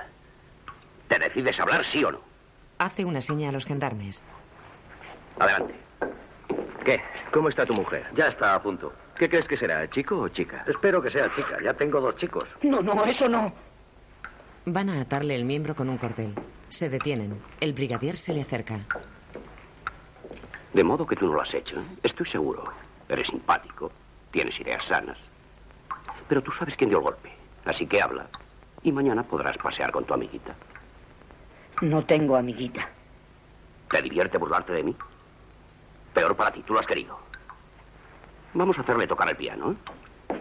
Speaker 4: ¿Te decides hablar sí o no?
Speaker 2: Hace una seña a los gendarmes.
Speaker 4: Adelante.
Speaker 7: ¿Qué? ¿Cómo está tu mujer?
Speaker 4: Ya está a punto.
Speaker 7: ¿Qué crees que será, chico o chica?
Speaker 4: Espero que sea chica. Ya tengo dos chicos.
Speaker 5: No, no, eso no.
Speaker 2: Van a atarle el miembro con un cordel. Se detienen. El brigadier se le acerca.
Speaker 4: De modo que tú no lo has hecho. ¿eh? Estoy seguro. Eres simpático. Tienes ideas sanas. Pero tú sabes quién dio el golpe. Así que habla. Y mañana podrás pasear con tu amiguita.
Speaker 5: No tengo amiguita.
Speaker 4: ¿Te divierte burlarte de mí? Peor para ti, tú lo has querido. Vamos a hacerle tocar el piano. ¿eh?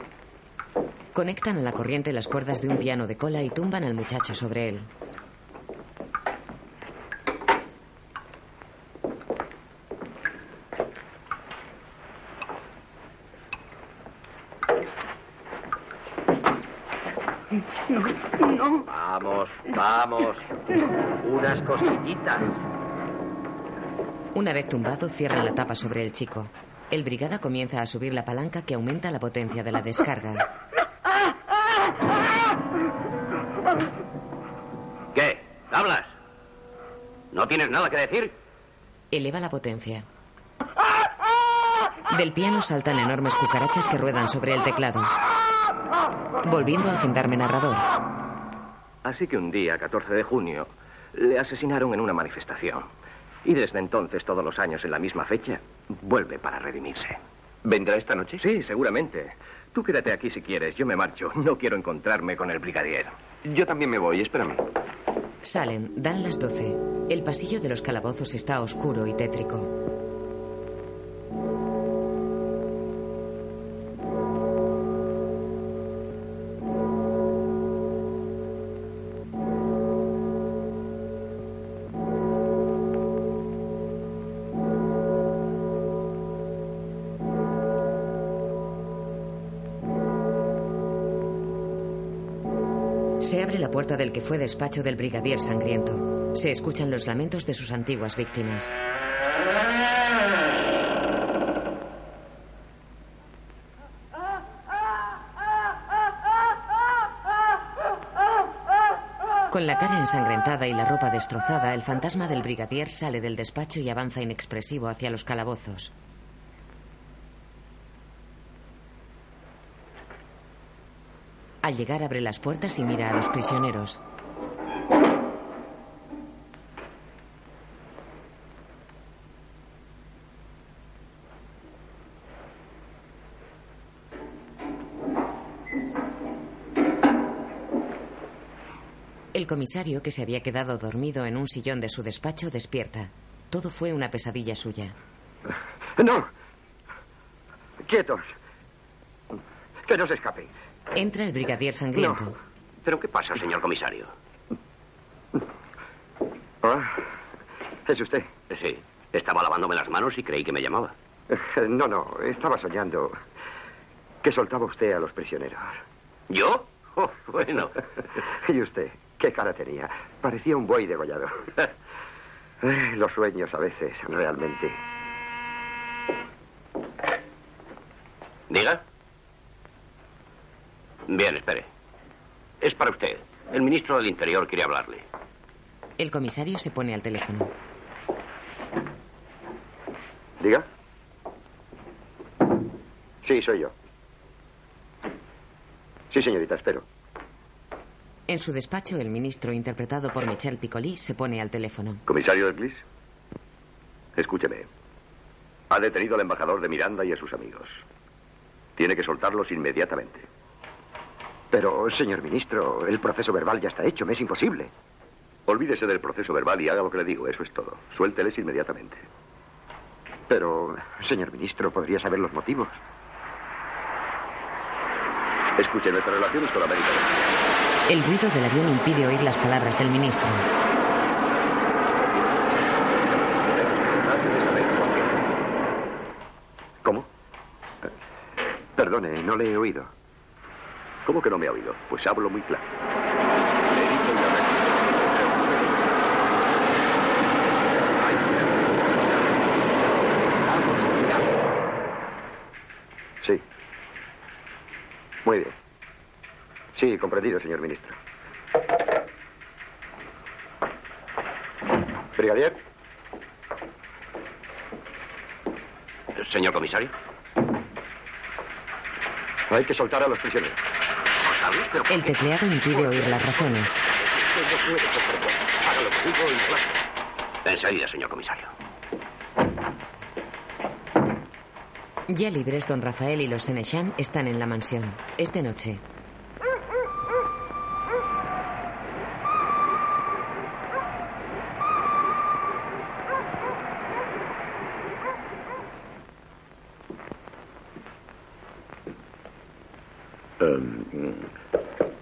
Speaker 2: Conectan a la corriente las cuerdas de un piano de cola y tumban al muchacho sobre él.
Speaker 5: No, no.
Speaker 4: Vamos, vamos. Unas costillitas.
Speaker 2: Una vez tumbado, cierran la tapa sobre el chico. El brigada comienza a subir la palanca que aumenta la potencia de la descarga.
Speaker 4: ¿Qué? ¿Hablas? ¿No tienes nada que decir?
Speaker 2: Eleva la potencia. Del piano saltan enormes cucarachas que ruedan sobre el teclado. Volviendo al gendarme narrador.
Speaker 7: Así que un día, 14 de junio, le asesinaron en una manifestación. Y desde entonces, todos los años en la misma fecha, vuelve para redimirse. ¿Vendrá esta noche? Sí, seguramente. Tú quédate aquí si quieres, yo me marcho. No quiero encontrarme con el brigadier. Yo también me voy, espérame.
Speaker 2: Salen, dan las 12. El pasillo de los calabozos está oscuro y tétrico. Se abre la puerta del que fue despacho del brigadier sangriento. Se escuchan los lamentos de sus antiguas víctimas. Con la cara ensangrentada y la ropa destrozada, el fantasma del brigadier sale del despacho y avanza inexpresivo hacia los calabozos. Al llegar abre las puertas y mira a los prisioneros. El comisario, que se había quedado dormido en un sillón de su despacho, despierta. Todo fue una pesadilla suya.
Speaker 7: No. Quietos. Que no se escape.
Speaker 2: Entra el brigadier sangriento.
Speaker 8: ¿Pero qué pasa, señor comisario?
Speaker 4: Ah,
Speaker 7: ¿Es usted?
Speaker 8: Sí. Estaba lavándome las manos y creí que me llamaba.
Speaker 7: No, no, estaba soñando que soltaba usted a los prisioneros.
Speaker 8: ¿Yo? Oh, bueno.
Speaker 7: ¿Y usted? ¿Qué cara tenía? Parecía un buey degollado. Eh, Los sueños a veces, realmente.
Speaker 8: ¿Diga? Bien, espere. Es para usted. El ministro del Interior quiere hablarle.
Speaker 2: El comisario se pone al teléfono.
Speaker 7: ¿Diga? Sí, soy yo. Sí, señorita, espero.
Speaker 2: En su despacho, el ministro, interpretado por Michel Piccoli, se pone al teléfono.
Speaker 30: Comisario Elglis, escúcheme. Ha detenido al embajador de Miranda y a sus amigos. Tiene que soltarlos inmediatamente.
Speaker 7: Pero, señor ministro, el proceso verbal ya está hecho, me es imposible.
Speaker 30: Olvídese del proceso verbal y haga lo que le digo, eso es todo. Suélteles inmediatamente.
Speaker 7: Pero, señor ministro, podría saber los motivos.
Speaker 30: Escuche, nuestras relaciones con América del Sur.
Speaker 2: El ruido del avión impide oír las palabras del ministro.
Speaker 7: ¿Cómo? Perdone, no le he oído.
Speaker 30: ¿Cómo que no me ha oído? Pues hablo muy claro.
Speaker 7: Sí. Muy bien. Sí, comprendido, señor ministro. Brigadier,
Speaker 8: Señor comisario.
Speaker 7: hay que soltar a los prisioneros.
Speaker 2: El tecleado impide oír las razones.
Speaker 8: Enseguida, señor comisario.
Speaker 2: Ya libres, don Rafael y los Senechan están en la mansión. Es de noche.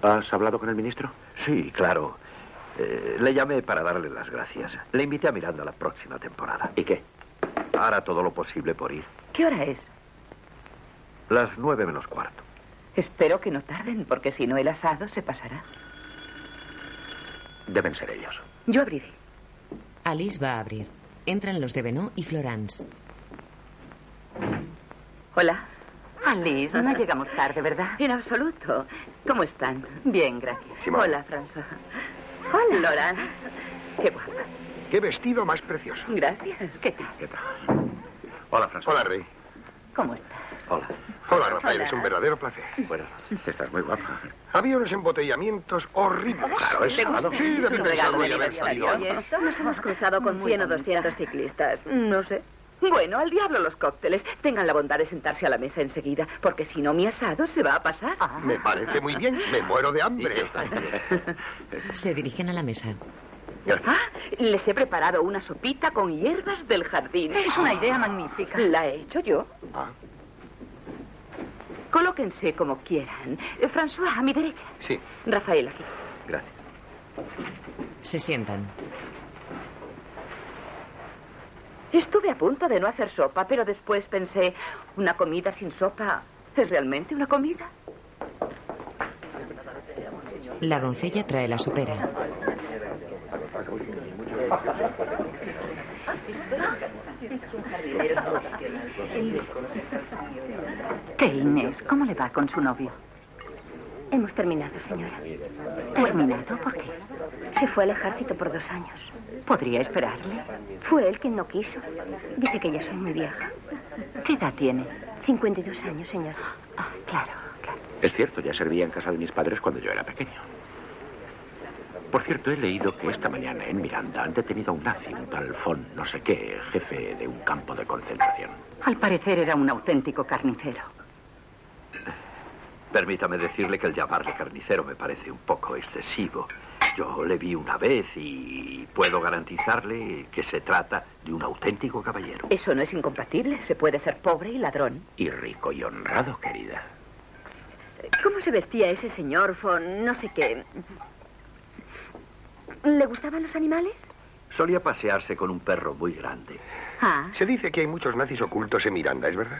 Speaker 33: ¿Has hablado con el ministro? Sí, claro. Eh, le llamé para darle las gracias. Le invité a Miranda la próxima temporada. ¿Y qué? Hará todo lo posible por ir.
Speaker 6: ¿Qué hora es?
Speaker 33: Las nueve menos cuarto.
Speaker 6: Espero que no tarden, porque si no el asado se pasará.
Speaker 33: Deben ser ellos.
Speaker 6: Yo abriré.
Speaker 2: Alice va a abrir. Entran los de Benoît y Florence.
Speaker 6: Hola. Alice, Ah, no llegamos tarde, ¿verdad? En absoluto. ¿Cómo están? Bien, gracias.
Speaker 7: Simón.
Speaker 6: Hola, François. Hola, Loran. Qué guapa.
Speaker 7: Qué vestido más precioso.
Speaker 6: Gracias. ¿Qué tal?
Speaker 7: Hola, François. Hola, Rey.
Speaker 6: ¿Cómo estás?
Speaker 7: Hola. Hola, Rafael.
Speaker 6: Hola.
Speaker 7: Es un verdadero placer.
Speaker 8: Buenas noches. Estás muy guapa.
Speaker 7: Había unos embotellamientos horribles.
Speaker 8: Claro, es
Speaker 7: ¿Le gusta?
Speaker 8: sábado.
Speaker 7: Sí, de
Speaker 8: Un
Speaker 7: pensar
Speaker 8: regalo
Speaker 7: voy
Speaker 8: de
Speaker 7: a haber
Speaker 8: aniversario.
Speaker 7: salido antes.
Speaker 5: Nos hemos cruzado con 100 o 200 ciclistas. No sé.
Speaker 6: Bueno, al diablo los cócteles. Tengan la bondad de sentarse a la mesa enseguida, porque si no mi asado se va a pasar.
Speaker 7: Me parece muy bien. Me muero de hambre.
Speaker 2: Se dirigen a la mesa.
Speaker 6: Ah, les he preparado una sopita con hierbas del jardín.
Speaker 49: Es una idea Ah.
Speaker 6: magnífica. La he hecho yo. Colóquense como quieran. Eh, François, a mi derecha.
Speaker 7: Sí.
Speaker 6: Rafael, aquí.
Speaker 7: Gracias.
Speaker 2: Se sientan.
Speaker 6: Estuve a punto de no hacer sopa, pero después pensé, ¿una comida sin sopa es realmente una comida?
Speaker 2: La doncella trae la sopera.
Speaker 6: ¿Qué, Inés? ¿Cómo le va con su novio?
Speaker 50: Hemos terminado, señora.
Speaker 6: ¿Terminado? ¿Por qué?
Speaker 50: Se fue al ejército por dos años.
Speaker 6: ¿Podría esperarme?
Speaker 50: Fue él quien no quiso. Dice que ya soy muy vieja.
Speaker 6: ¿Qué edad tiene? Ah,
Speaker 50: 52 años, señor.
Speaker 6: Claro.
Speaker 51: Es cierto, ya servía en casa de mis padres cuando yo era pequeño. Por cierto, he leído que esta mañana en Miranda han detenido a un nazi, un tal Fon, no sé qué, jefe de un campo de concentración.
Speaker 52: Al parecer era un auténtico carnicero.
Speaker 7: Permítame decirle que el llamarle carnicero me parece un poco excesivo. Yo le vi una vez y puedo garantizarle que se trata de un auténtico caballero.
Speaker 6: Eso no es incompatible. Se puede ser pobre y ladrón.
Speaker 51: Y rico y honrado, querida.
Speaker 6: ¿Cómo se vestía ese señor von no sé qué?
Speaker 50: ¿Le gustaban los animales?
Speaker 7: Solía pasearse con un perro muy grande.
Speaker 50: Ah,
Speaker 53: Se dice que hay muchos nazis ocultos en Miranda, ¿es verdad?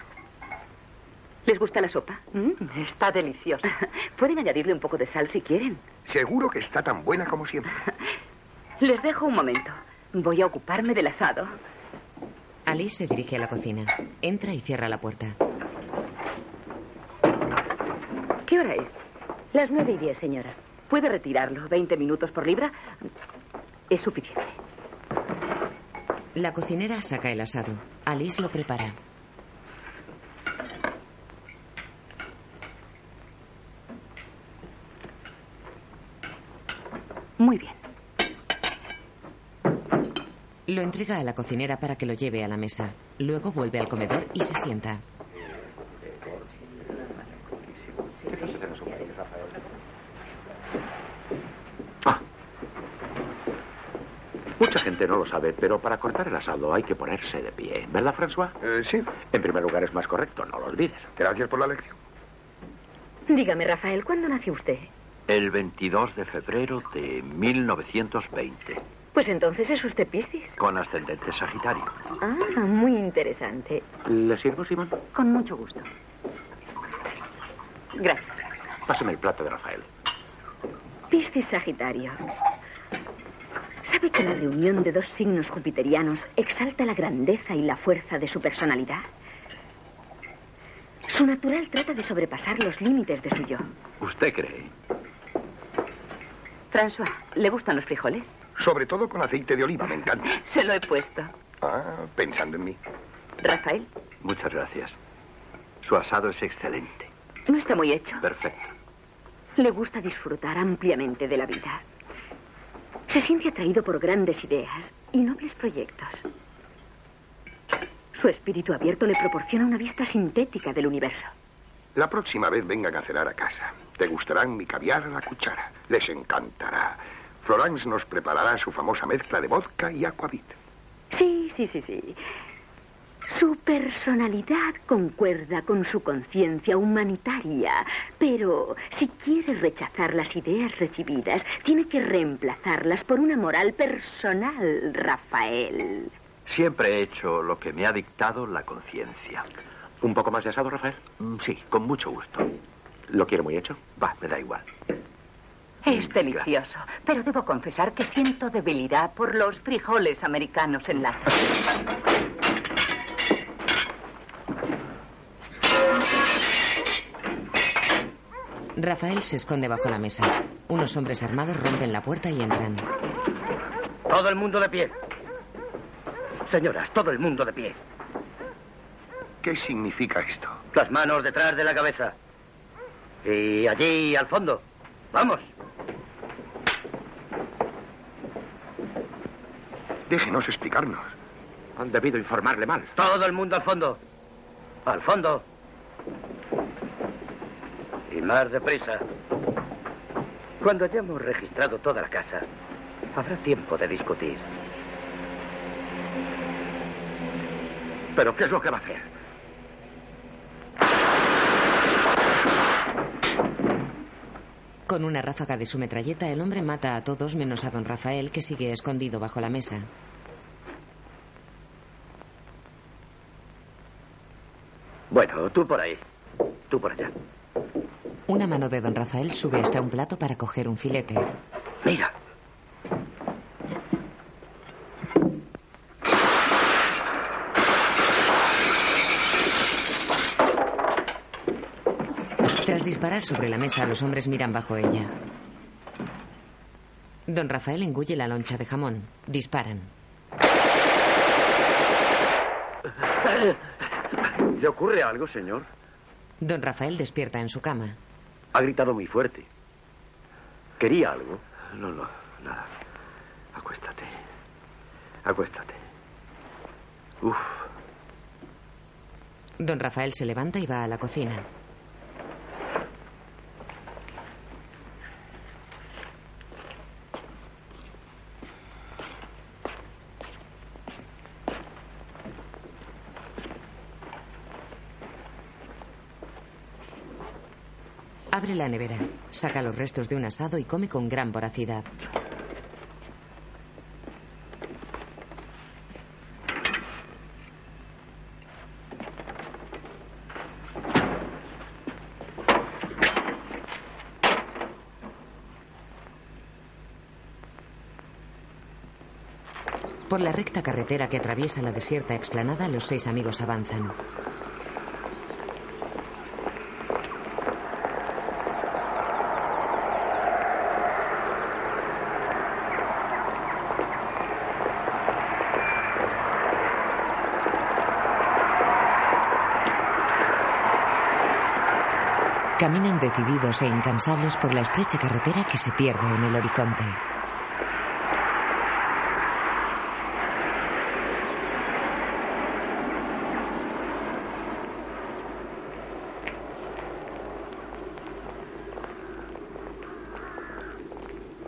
Speaker 6: ¿Les gusta la sopa?
Speaker 50: Mm,
Speaker 6: está deliciosa. Pueden añadirle un poco de sal si quieren.
Speaker 53: Seguro que está tan buena como siempre.
Speaker 6: Les dejo un momento. Voy a ocuparme del asado.
Speaker 2: Alice se dirige a la cocina. Entra y cierra la puerta.
Speaker 6: ¿Qué hora es?
Speaker 50: Las nueve y diez, señora.
Speaker 6: Puede retirarlo. Veinte minutos por libra es suficiente.
Speaker 2: La cocinera saca el asado. Alice lo prepara.
Speaker 6: Muy bien.
Speaker 2: Lo entrega a la cocinera para que lo lleve a la mesa. Luego vuelve al comedor y se sienta.
Speaker 51: Ah. Mucha gente no lo sabe, pero para cortar el asado hay que ponerse de pie. ¿Verdad, François?
Speaker 53: Eh, sí.
Speaker 51: En primer lugar es más correcto, no lo olvides.
Speaker 53: Gracias por la lección.
Speaker 50: Dígame, Rafael, ¿cuándo nació usted?
Speaker 7: El 22 de febrero de 1920,
Speaker 50: Pues entonces es usted Piscis.
Speaker 7: con ascendente Sagitario.
Speaker 50: Ah, muy interesante.
Speaker 51: ¿Le sirvo, Simón?
Speaker 50: Con mucho gusto.
Speaker 6: Gracias.
Speaker 51: Pásame el plato de Rafael.
Speaker 50: Piscis Sagitario.
Speaker 5: ¿Sabe que la reunión de dos signos jupiterianos exalta la grandeza y la fuerza de su personalidad? Su natural trata de sobrepasar los límites de su yo.
Speaker 7: ¿Usted cree?
Speaker 6: François, ¿le gustan los frijoles?
Speaker 53: Sobre todo con aceite de oliva, me encanta.
Speaker 6: Se lo he puesto.
Speaker 53: Ah, pensando en mí.
Speaker 6: Rafael,
Speaker 7: Muchas gracias. Su asado es excelente.
Speaker 5: ¿No está muy hecho?
Speaker 7: Perfecto.
Speaker 5: Le gusta disfrutar ampliamente de la vida. Se siente atraído por grandes ideas y nobles proyectos. Su espíritu abierto le proporciona una vista sintética del universo.
Speaker 53: La próxima vez vengan a cenar a casa. Te gustarán mi caviar a la cuchara. Les encantará. Florence nos preparará su famosa mezcla de vodka y aquavit.
Speaker 5: Sí, sí, sí, sí. Su personalidad concuerda con su conciencia humanitaria, pero si quiere rechazar las ideas recibidas, tiene que reemplazarlas por una moral personal, Rafael.
Speaker 7: Siempre he hecho lo que me ha dictado la conciencia. Mm,
Speaker 51: ¿Un poco más de asado, Rafael?
Speaker 7: Sí, con mucho gusto.
Speaker 51: ¿Lo quiere muy hecho?
Speaker 7: Va, me da igual.
Speaker 52: Es
Speaker 6: delicioso, pero debo confesar que siento debilidad por los frijoles americanos en lata.
Speaker 2: Rafael se esconde bajo la mesa. Unos hombres armados rompen la puerta y entran.
Speaker 4: Todo el mundo de pie. Señoras, todo el mundo de pie.
Speaker 53: ¿Qué significa esto?
Speaker 4: Las manos detrás de la cabeza. Y allí, al fondo. Vamos.
Speaker 53: Déjenos explicarnos.
Speaker 51: Han debido informarle mal.
Speaker 4: Todo el mundo al fondo. Al fondo. Y más deprisa. Cuando hayamos registrado toda la casa, habrá tiempo de discutir. ¿Pero qué es lo que va a hacer?
Speaker 2: Con una ráfaga de su metralleta, el hombre mata a todos menos a don Rafael, que sigue escondido bajo la mesa.
Speaker 4: Bueno, tú por ahí. Tú por allá.
Speaker 2: Una mano de don Rafael sube hasta un plato para coger un filete.
Speaker 4: Mira.
Speaker 2: Tras disparar parar sobre la mesa, los hombres miran bajo ella. Don Rafael engulle la loncha de jamón. Disparan.
Speaker 32: ¿Le ocurre algo, señor?
Speaker 2: Don Rafael despierta en su cama.
Speaker 32: Ha gritado muy fuerte. ¿Quería algo? No, no, nada. Acuéstate. Acuéstate. Uf.
Speaker 2: Don Rafael se levanta y va a la cocina. Abre la nevera, saca los restos de un asado y come con gran voracidad. Por la recta carretera que atraviesa la desierta explanada, los seis amigos avanzan. Caminan decididos e incansables por la estrecha carretera que se pierde en el horizonte.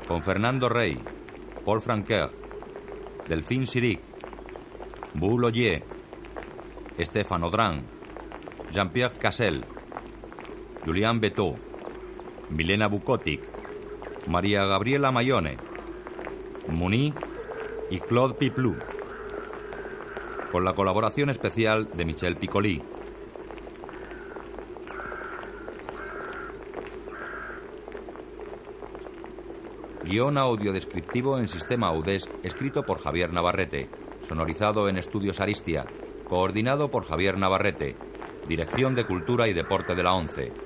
Speaker 1: Con Fernando Rey, Paul Franqueur, Delfín Siric, Bull Ogier, Stéphane Audran, Jean-Pierre Cassel, Julián Betou, Milena Bukotic, María Gabriela Mayone, Muní y Claude Piplou. Con la colaboración especial de Michel Piccoli. Guión audiodescriptivo en sistema Audes, escrito por Javier Navarrete. Sonorizado en Estudios Aristia. Coordinado por Javier Navarrete. Dirección de Cultura y Deporte de la ONCE.